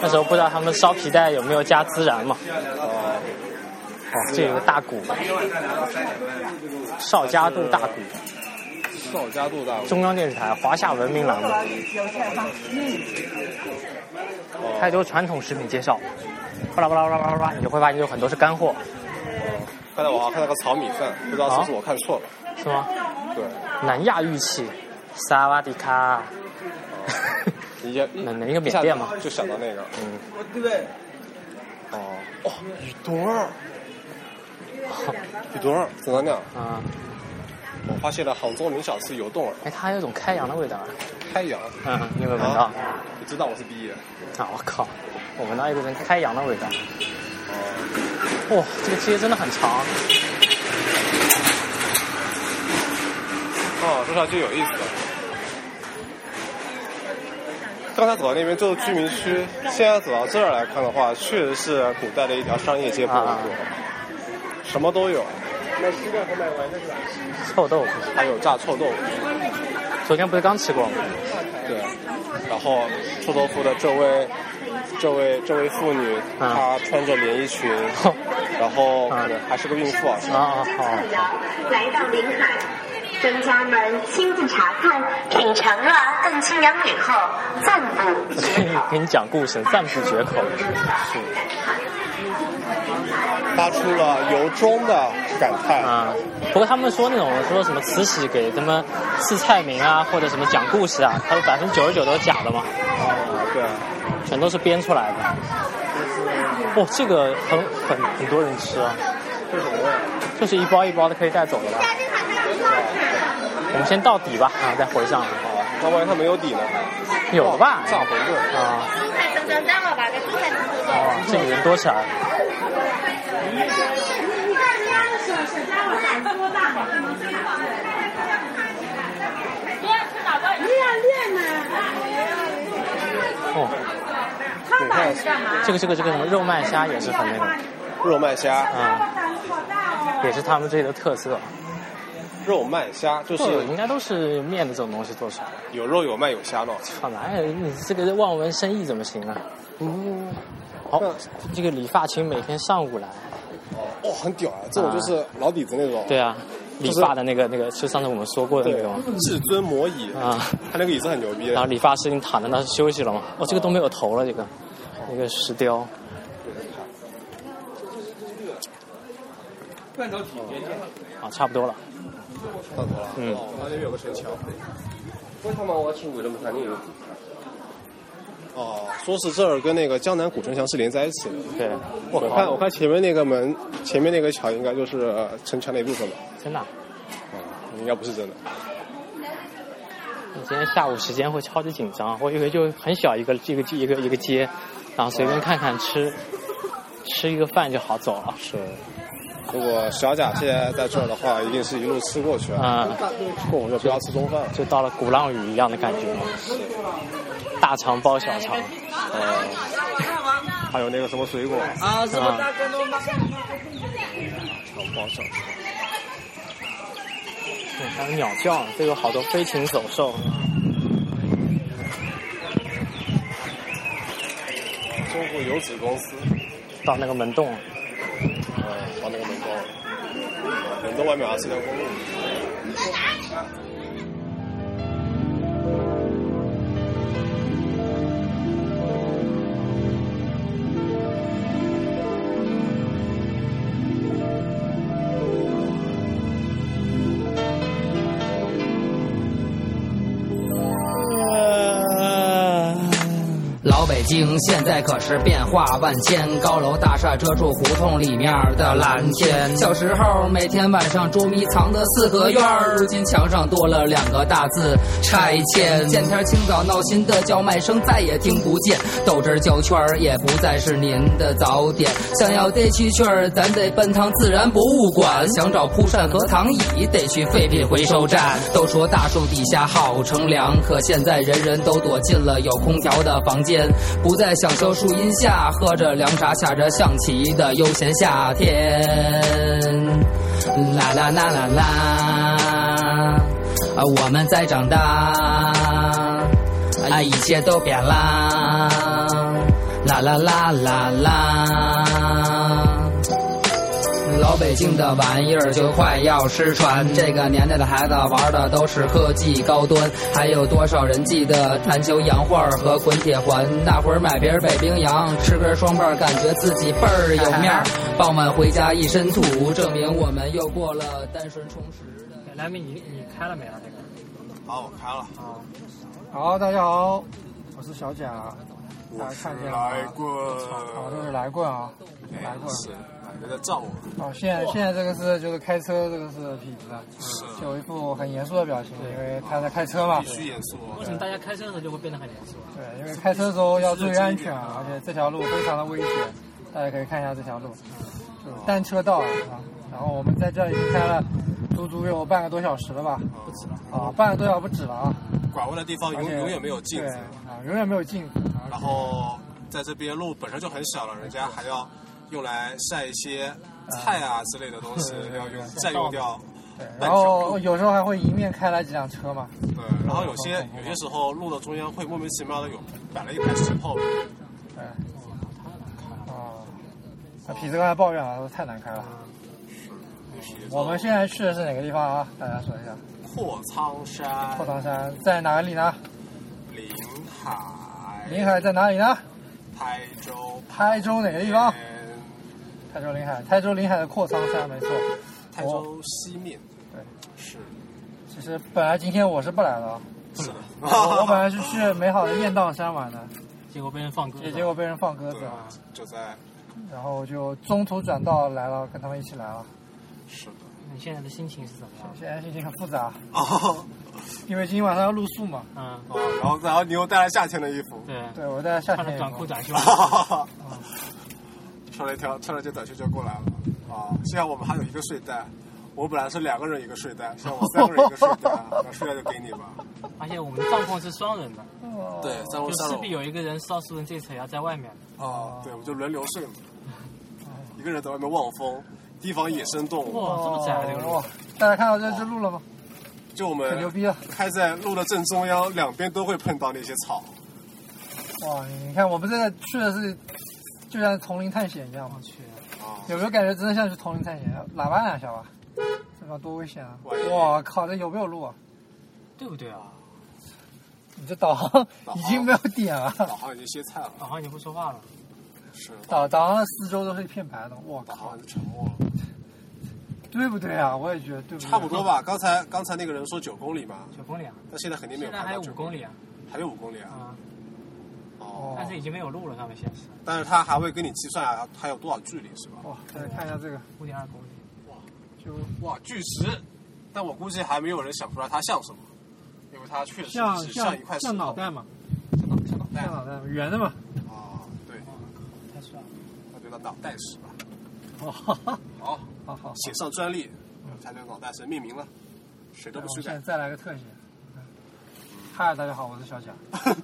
A: 那时候不知道他们烧皮带有没有加孜然嘛？哎
B: 哦，
A: 这有个大鼓，邵家渡大鼓，
B: 邵家渡大鼓。
A: 中央电视台华夏文明栏目，泰州传统食品介绍，巴拉巴拉巴拉巴拉巴拉，你就会发现有很多是干货，
B: 刚才我好像看到个炒米饭，不知道是不
A: 啊
B: 是我看错了。
A: 是吗？
B: 对，
A: 南亚玉器，萨瓦迪卡，
B: 你嗯也
A: 哪哪一个缅 甸嘛？
B: 就想到那个。
A: 嗯，
F: 对，
B: 哦，哦，雨朵儿，雨朵儿，怎么样？
A: 啊，
B: 我发现了杭州名小吃油冻儿，
A: 哎，它有种开阳的味道啊，
B: 开阳。
A: 嗯，你有没有闻到？
B: 啊你知道我是毕业。
A: 啊，我靠，我闻到一股人开阳的味道。哇、这个街真的很长。
B: 哦，说上去有意思了。刚才走到那边就是居民区，现在走到这儿来看的话，确实是古代的一条商业街
F: 啊
B: 博物馆，什么都有，
F: 买鸡蛋和买丸子是吧？
A: 臭豆腐，
B: 还有炸臭豆腐。
A: 昨天不是刚吃过吗？
B: 对，然后臭豆腐的这位，这位这位妇女，
A: 啊
B: 她穿着连衣裙，
A: 哦
B: 然后还是个孕妇啊。
A: 啊好。
F: 来到临海，专家们亲自查看、品尝了邓清阳以后，赞不绝口。
A: 给你讲故事，赞不绝口。
B: 是。发出了由衷的感叹
A: 啊！不过他们说那种说什么慈禧给他们赐菜名啊，或者什么讲故事啊，他们百分之九十九都是假的嘛。
B: 哦，对，
A: 全都是编出来的。哦，这个很很很多人吃啊。
B: 这什么味？啊
A: 就是一包一包的可以带走的吧。我们先到底吧，啊，再回上。
B: 那万一它没有底呢？
A: 有的吧？
B: 炸馄饨
A: 啊。哦，这里人多起来了。哦，
B: 你看
A: 这个这个这个什么肉麦虾也是很那
B: 个，肉麦虾
A: 啊、嗯，也是他们这里的特色。
B: 肉麦虾就是
A: 应该都是面的这种东西做出来的，
B: 有肉有麦有虾咯。
A: 本来你这个望文生义怎么行啊？嗯，好，这个理发请每天上午来。
B: 哦，很屌啊！这种就是老底子那种。啊
A: 对啊，理发的那个那个，就上次我们说过的那种。
B: 至尊魔椅啊，他那个椅子很牛逼。
A: 然
G: 啊
A: 后理发师已经躺在那休息了嘛。哦，这个都没有头了，这个，那个石雕。
B: 罐头体验
A: 啊，差不多了。
B: 差不多了。嗯。那边有个城墙。为什么我去为什么肯定有？哦，说是这儿跟那个江南古城墙是连在一起的。
A: 对，
B: 我看我看前面那个门，前面那个桥应该就是、呃、城墙的一部分吧？
A: 真的、啊？
B: 嗯，应该不是真的。
A: 你今天下午时间会超级紧张，我以为就很小一个一个一个一个街，然后随便看看吃，吃一个饭就好走了。
B: 是。如果小贾现在在这儿的话，一定是一路吃过去啊！过午就不要吃中饭了，
A: 嗯就到了鼓浪屿一样的感觉嘛。大肠包小肠，
B: 呃，还有那个什么水果
A: 啊，什么大
B: 肠包小肠。
A: 对，还有鸟叫，这有好多飞禽走兽。
B: 中国油脂公司
A: 到那个门洞。
B: 到那个门洞，门洞外面二十条公路。
M: 老北京现在可是变化万千，高楼大厦遮住胡同里面的蓝天。小时候每天晚上捉迷藏的四合院，如今墙上多了两个大字“拆迁”。见天清早闹心的叫卖声再也听不见，豆汁胶圈也不再是您的早点。想要逮蛐蛐儿，咱得奔趟自然博物馆；想找蒲扇和躺椅，得去废品回收站。都说大树底下好乘凉，可现在人人都躲进了有空调的房间。不再享受树荫下喝着凉茶、下着象棋的悠闲夏天。啦啦啦啦啦，啊，我们在长大，啊，一切都变啦，啦啦啦啦啦。老北京的玩意儿就快要失传，这个年代的孩子玩的都是科技高端，还有多少人记得弹球洋画和滚铁环？那会儿买瓶北冰洋，吃根双棒，感觉自己倍儿有面儿。傍晚回家一身土，证明我们又过了单纯充实的。
N: 南明，你你开了没啊？这个？
O: 好，我开了。
J: 好，大家好，我是小贾。大家看一下
O: 来过，哎
J: 哦，这是来过啊，来过。
O: 是，有点照我。
J: 哦，现在现在这个是就是开车，这个是痞子，嗯就一副很严肃的表情，因为他在开车嘛。
O: 必须严肃。
N: 为什么大家开车的时候就会变得很严肃？
J: 对，因为开车的时候要注意安全，而且这条路非常的危险，大家可以看一下这条路，就是单车道啊。然后我们在这已经开了足足有半个多小时了吧？
N: 不止了。
J: 啊，半个多小时不止了啊。
O: 拐弯的地方永永远没有镜子
J: 啊，永远没有啊镜子。
O: 然后在这边路本身就很小了，人家
J: 嗯
O: 还要用来晒一些菜啊之类的东西，要用占用掉
J: 对，然后有时候还会迎面开来几辆 车嘛。
B: 对，然后有
J: 嗯
B: 些有些时候路的中央会莫名其妙的有摆了一排石头。
J: 对。哎哦。那痞子刚才抱怨了，说太难开了。我们现在去的是哪个地方啊？大家说一下。
B: 阔苍山。
J: 后唐山在哪里呢？
B: 临海。
J: 临海在哪里呢？
B: 台州。
J: 台州哪个地方？台州临海，台州临海的阔苍山，没错。
B: 台州西面。
J: 哦对，嗯
B: 是。
J: 其实本来今天我是不来的，啊
B: 是的。
J: 我我本来是去美好的雁荡山玩的，
A: 结果被人放鸽子。
J: 也结果被人放鸽子
N: 啊
J: 了。
B: 就在。
J: 然后就中途转道来了，跟他们一起来了。
B: 是的。
A: 你现在的心情是怎么样？
J: 现在心情很复杂。
B: 哦。
J: 因为今天晚上要露宿嘛。
A: 嗯。
B: 哦，然后然后你又带了夏天的衣服。
A: 对。
J: 对，我带了夏天。
A: 穿短 裤短袖。
B: 穿了一条，穿了件短袖就过来了。啊，幸好我们还有一个睡袋。我本来是两个人一个睡袋，现在我三个人一个睡袋，那睡袋就给你吧。
A: 而且我们的帐篷是双人的，
J: 哦
B: 对，帐篷
A: 就势必有一个人少数人这次也要在外面。
B: 哦，啊对，我们就轮流睡嘛。
J: 哦
B: 一个人在外面望风，提防野生动物。
A: 哇，这么窄这个路！
J: 哦大家看到这只鹿了吗？
B: 就我们
J: 很牛逼啊！
B: 开在路的正中央，两边都会碰到那些草。
J: 哇，你看我们这个去的是，就像丛林探险一样嘛。
A: 去，
J: 有没有感觉真的像是丛林探险？喇叭两下吧，这方多危险啊！我靠，这有没有路啊？
A: 对不对啊？
J: 你这导航已经没有点了，
B: 导航已经歇菜了，
A: 导航已经不说话了。
B: 是。
J: 导导航四周都是一片白的，我
B: 靠！沉默。
J: 对不对啊？我也觉得对不对？
B: 差不多吧。刚才刚才那个人说九公里嘛。
A: 九公里啊。
B: 那现在肯定没有。
A: 现在还有五公里啊。
B: 还有五公里啊。
A: 哦。但是已经没有路了，上面显示。
B: 但是他还会给你计算啊，还有多少距离是吧？
J: 哇，哦再看一下这个，
A: 五点二公里。
B: 哇，
J: 就
B: 哇巨石，但我估计还没有人想出来它像什么，因为它确实
J: 像
B: 是像一块石头。
J: 像脑袋嘛，
B: 像脑像脑袋，
J: 像脑袋圆的嘛。
B: 啊，对。
A: 太帅了。
B: 那就叫脑袋石吧。
J: 哦，好
B: 好，
J: 好好，
B: 写上专利，才叫脑袋石命名了，谁都不许
J: 现在
B: 改。
J: 再来个特写。嗨，大家好，我是小贾。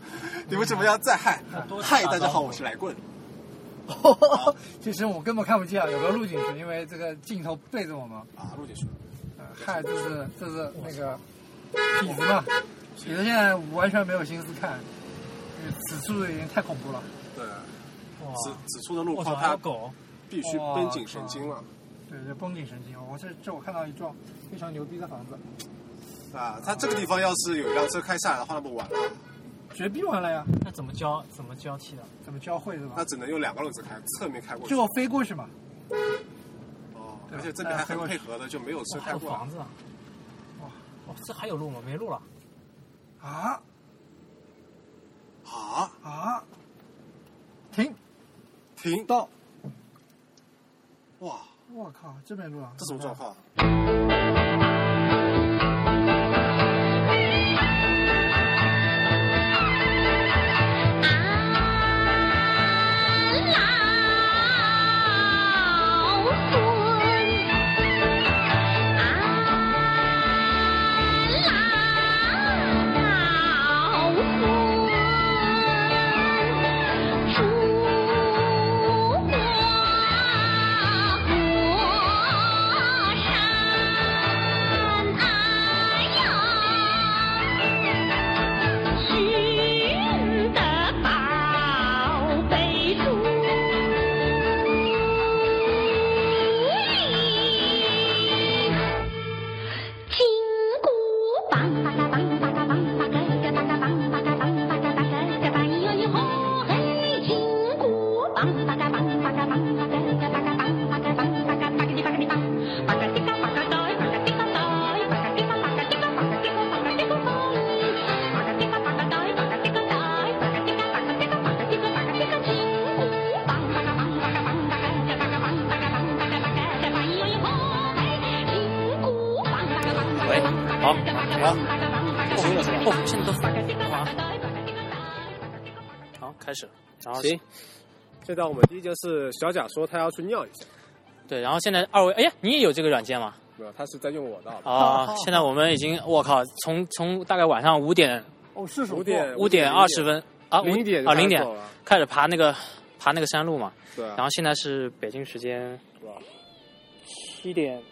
B: 你为什么要再嗨
A: 多？
B: 嗨，大家好，我是来棍。
J: 其实我根本看不见啊，有没有录进去？因为这个镜头背着我们。
B: 啊，陆姐说，
J: 呃嗨，这是这是那个痞子嘛？痞子现在完全没有心思看，因为此处已经太恐怖了。
B: 对，
A: 哇，
B: 此此处的路
A: 我
B: 况
A: 操，还
B: 它
A: 有狗。
B: 必须绷紧神经了。
J: 对，这绷紧神经。我是这我看到一幢非常牛逼的房子，
B: 啊，它这个地方要是有一辆车开下来的话，那不完了，
J: 绝逼完了呀！
A: 那怎么交怎么交替的？
J: 怎么交汇是吧
B: 那？只能用两个轮子开，侧面开过去。
J: 就飞过去嘛。
B: 哦，
J: 对
B: 而
J: 吧
B: 且这边还很配合的，就没有车
A: 哇还
B: 开
A: 有
B: 过来
A: 房。子啊！哇，哇，这还有路吗？没路了。
J: 啊
B: 啊，
J: 啊！停
B: 停！
J: 到！
B: 哇，
J: 我靠，这边路啊！
B: 这什么状况？
F: 寻得宝贝处，金箍棒，八嘎棒，八嘎棒，八嘎一个八嘎棒，八嘎棒，八嘎八嘎一个棒，哟哟吼嘿！金箍棒，八嘎棒，八嘎棒，八嘎一个八嘎棒，八嘎棒，八嘎八个的八个的棒，八嘎滴嘎八嘎呆，八嘎滴嘎呆，八嘎滴嘎八嘎滴嘎八嘎滴嘎八嘎滴嘎蹦。
G: 喂，好，
B: 好，行了是吧？
G: 哦，现在都好，好，开始，然后
B: 行，现在我们第一件事，小贾说他要去尿一下，
G: 对，然后现在二位，哎呀，你也有这个软件吗？
B: 没有，他是在用我的。
A: 哦
G: 啊、现在我们已经，我靠，从从大概晚上五点
J: 哦，是手
B: 五点
G: 五点二十，分啊，五
B: 零点
G: 啊零
B: 就开始走
G: 点
B: 了
G: 开始爬那个爬那个山路嘛，
B: 对啊，
G: 然后现在是北京时间
B: 哇
G: 七点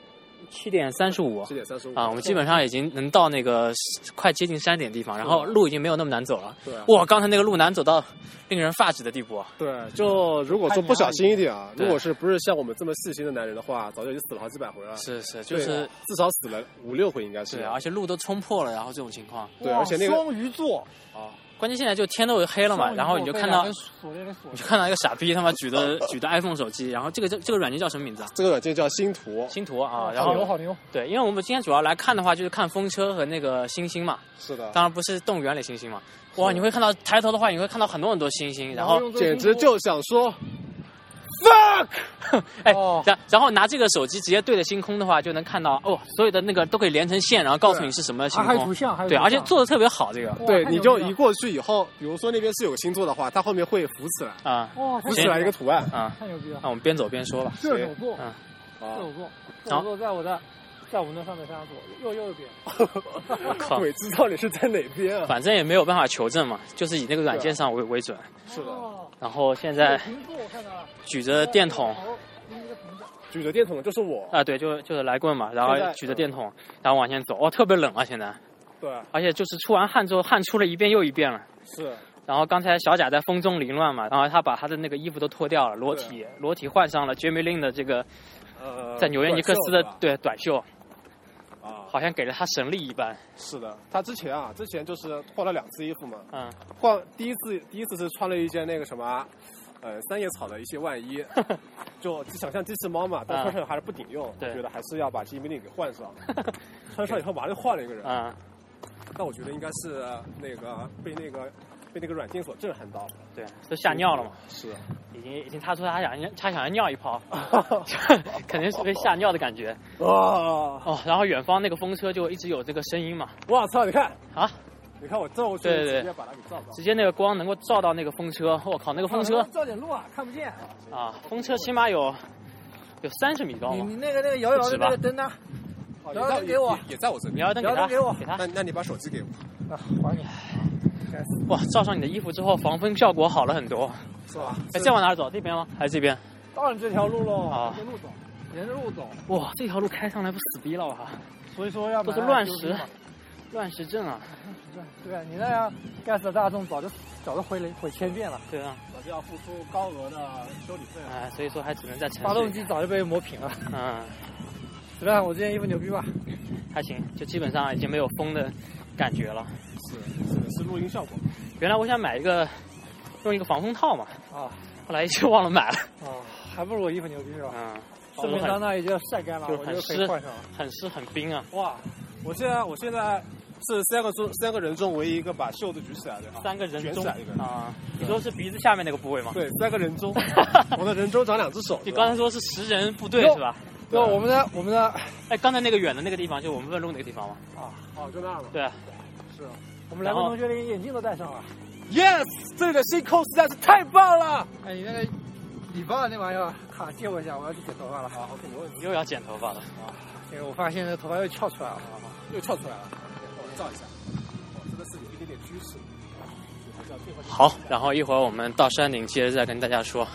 A: 七点三十五，
B: 七点三十五
A: 啊，我们基本上已经能到那个快接近山顶的地方，然后路已经没有那么难走了。
B: 对啊
A: 哇，刚才那个路难走到令人发指的地步啊！
B: 对，就如果说不小心一点啊，
A: 对
B: 如果是不是像我们这么细心的男人的话，早就已经死了好几百回了。
A: 是是就是
B: 对至少死了五六回应该是。
A: 对，而且路都冲破了，然后这种情况。
B: 对而且那个
J: 双鱼座，
A: 啊，关键现在就天都黑了啊嘛，然后你就看到
J: 被两个锁链给锁
A: 你就看到一个傻逼他妈举着举着 iPhone 手机，然后这个这这个软件叫什么名字啊？
B: 这个软件叫星图，
A: 星图啊，然
J: 好牛
A: 后
J: 好牛，
A: 对，因为我们今天主要来看的话，就是看风车和那个星星嘛，
B: 是的
A: 当然不是动物园里星星嘛。哇，你会看到抬头的话，你会看到很多很多星星，然
B: 后
A: 后
B: 简直就想说
A: fuck，哎，
B: 哦
A: 然然后拿这个手机直接对着星空的话，就能看到哦，所有的那个都可以连成线，然后告诉你是什么星
B: 啊还有
A: 空，
B: 图像还有
A: 对，
B: 图像
A: 而且做的特别好，这个啊
B: 对，你就一过去以后，比如说那边是有个星座的话，它后面会浮起来，
A: 啊
J: 哇，
B: 浮起来一个图案
A: 啊，
J: 太牛逼了
A: 那！我们边走边说吧，
J: 射手座，
A: 嗯，
J: 射
B: 啊
J: 手座，射
A: 好
J: 手座在我的，在我们那上面三座右右边，
A: 靠
B: 鬼知道你是在哪边啊？
A: 反正也没有办法求证嘛，就是以那个软件上为为准。
B: 是的，
A: 然后现在
J: 银座我看到了，
A: 举着电筒
B: 举着电筒的就是我，
A: 啊，对，就就是来棍嘛，然后
B: 现在嗯
A: 举着电筒，然后往前走，哦，特别冷啊，现在，
B: 对，
A: 而且就是出完汗之后，汗出了一遍又一遍了。
B: 是
A: 然后刚才小贾在风中凌乱嘛，然后他把他的那个衣服都脱掉了，裸体裸体换上了 Jamie Lin 的这个
B: 呃，
A: 在纽约尼克斯的
B: 短袖
A: 对短袖，
B: 是吧啊，
A: 好像给了他神力一般。
B: 是的，他之前啊，之前就是换了两次衣服嘛，
A: 嗯，
B: 换第一次第一次是穿了一件那个什么，呃，三叶草的一些外 衣，就想像机器猫嘛，但
A: 嗯
B: 穿上还是不顶用，我
A: 对
B: 觉得还是要把 Jimmy Lin 给换 上，穿上以后马上就换了一个人，
A: 嗯，
B: 但我觉得应该是呃那个被那个被那个软件所震撼到了，
A: 对，都吓尿了嘛，
B: 是，啊
A: 已经已经他说他想他想要尿一泡， 肯定是被吓尿的感觉。
J: 啊
B: 哇
A: 哦，然后远方那个风车就一直有这个声音嘛，
B: 我操，你看
A: 啊，
B: 你看我这我
A: 对对
B: 直接
A: 对
B: 把它给照到，
A: 直接那个光能够照到那个风车，我靠，那个风车
J: 啊照点路啊，看不见。
A: 啊，风车起码有有三十米高
J: 你
A: 嘛
J: 你，那个那个摇摇的那个灯呢？
B: 哦
J: 摇摇灯给我，
B: 也在我这
A: 你
B: 边，
A: 要灯给
J: 摇
A: 他
J: 灯给我
A: 给他
B: 那那你把手机给我，
J: 啊，还你。
A: 哇，罩上你的衣服之后，防风效果好了很多。
B: 是吧？
A: 哎，再往哪儿走？这边吗？还是这边？
J: 当然这条路喽，
A: 啊
J: 沿着路走，沿着路走。
A: 哇，这条路开上来不死逼了啊！
J: 所以说要
A: 都
J: 买
A: 是乱石，乱石阵啊！
J: 对啊，你那样 gas 的大众早就早就回了回千遍了，
A: 对啊，
B: 我就要付出高额的修理费了。啊
A: 哎，所以说还只能在城市。
J: 发动机早就被磨平了。
A: 嗯，
J: 怎么样？我这件衣服牛逼吧？
A: 还行，就基本上已经没有风的感觉了。
B: 是是的是录音效果，
A: 原来我想买一个，用一个防风套嘛，
J: 啊
A: 后来一直忘了买了。
J: 啊，还不如我衣服牛逼是吧？
A: 嗯，
J: 顺便到那里就晒干了，
A: 就
J: 我
A: 是
J: 就
A: 很
J: 可以
A: 湿
J: 换上了。，
A: 很湿很冰啊！
B: 哇！我现在我现在是三个中三个人中唯一一个把袖子举起来的啊，
A: 三个人
B: 卷
A: 中
B: 起来一个人。
A: 啊，你说是鼻子下面那个部位吗？
B: 对，三个人 中，我的人中长两只手。
A: 你
B: 是吧
A: 刚才说是十人部队
J: 哟
A: 是吧？
J: 对，我们的我们的
A: 哎，刚才那个远的那个地方，就我们问路那个地方吗？
J: 啊，
B: 哦，就那儿了。
A: 对啊，
B: 是啊
J: 我们来个同学连眼镜都戴上了。
B: Yes，这里的星空实在是太棒了。
J: 哎，你那个礼包的那玩意儿，卡借我一下，我要去剪头发了。好，OK，没问题。啊
A: 又要剪头发了。
J: 因为我发现这头发又翘出来了。
B: 又翘出来了，帮我照一下。哦，真的是有一点点趋势。
A: 好，然后一会儿我们到山顶接着再跟大家说。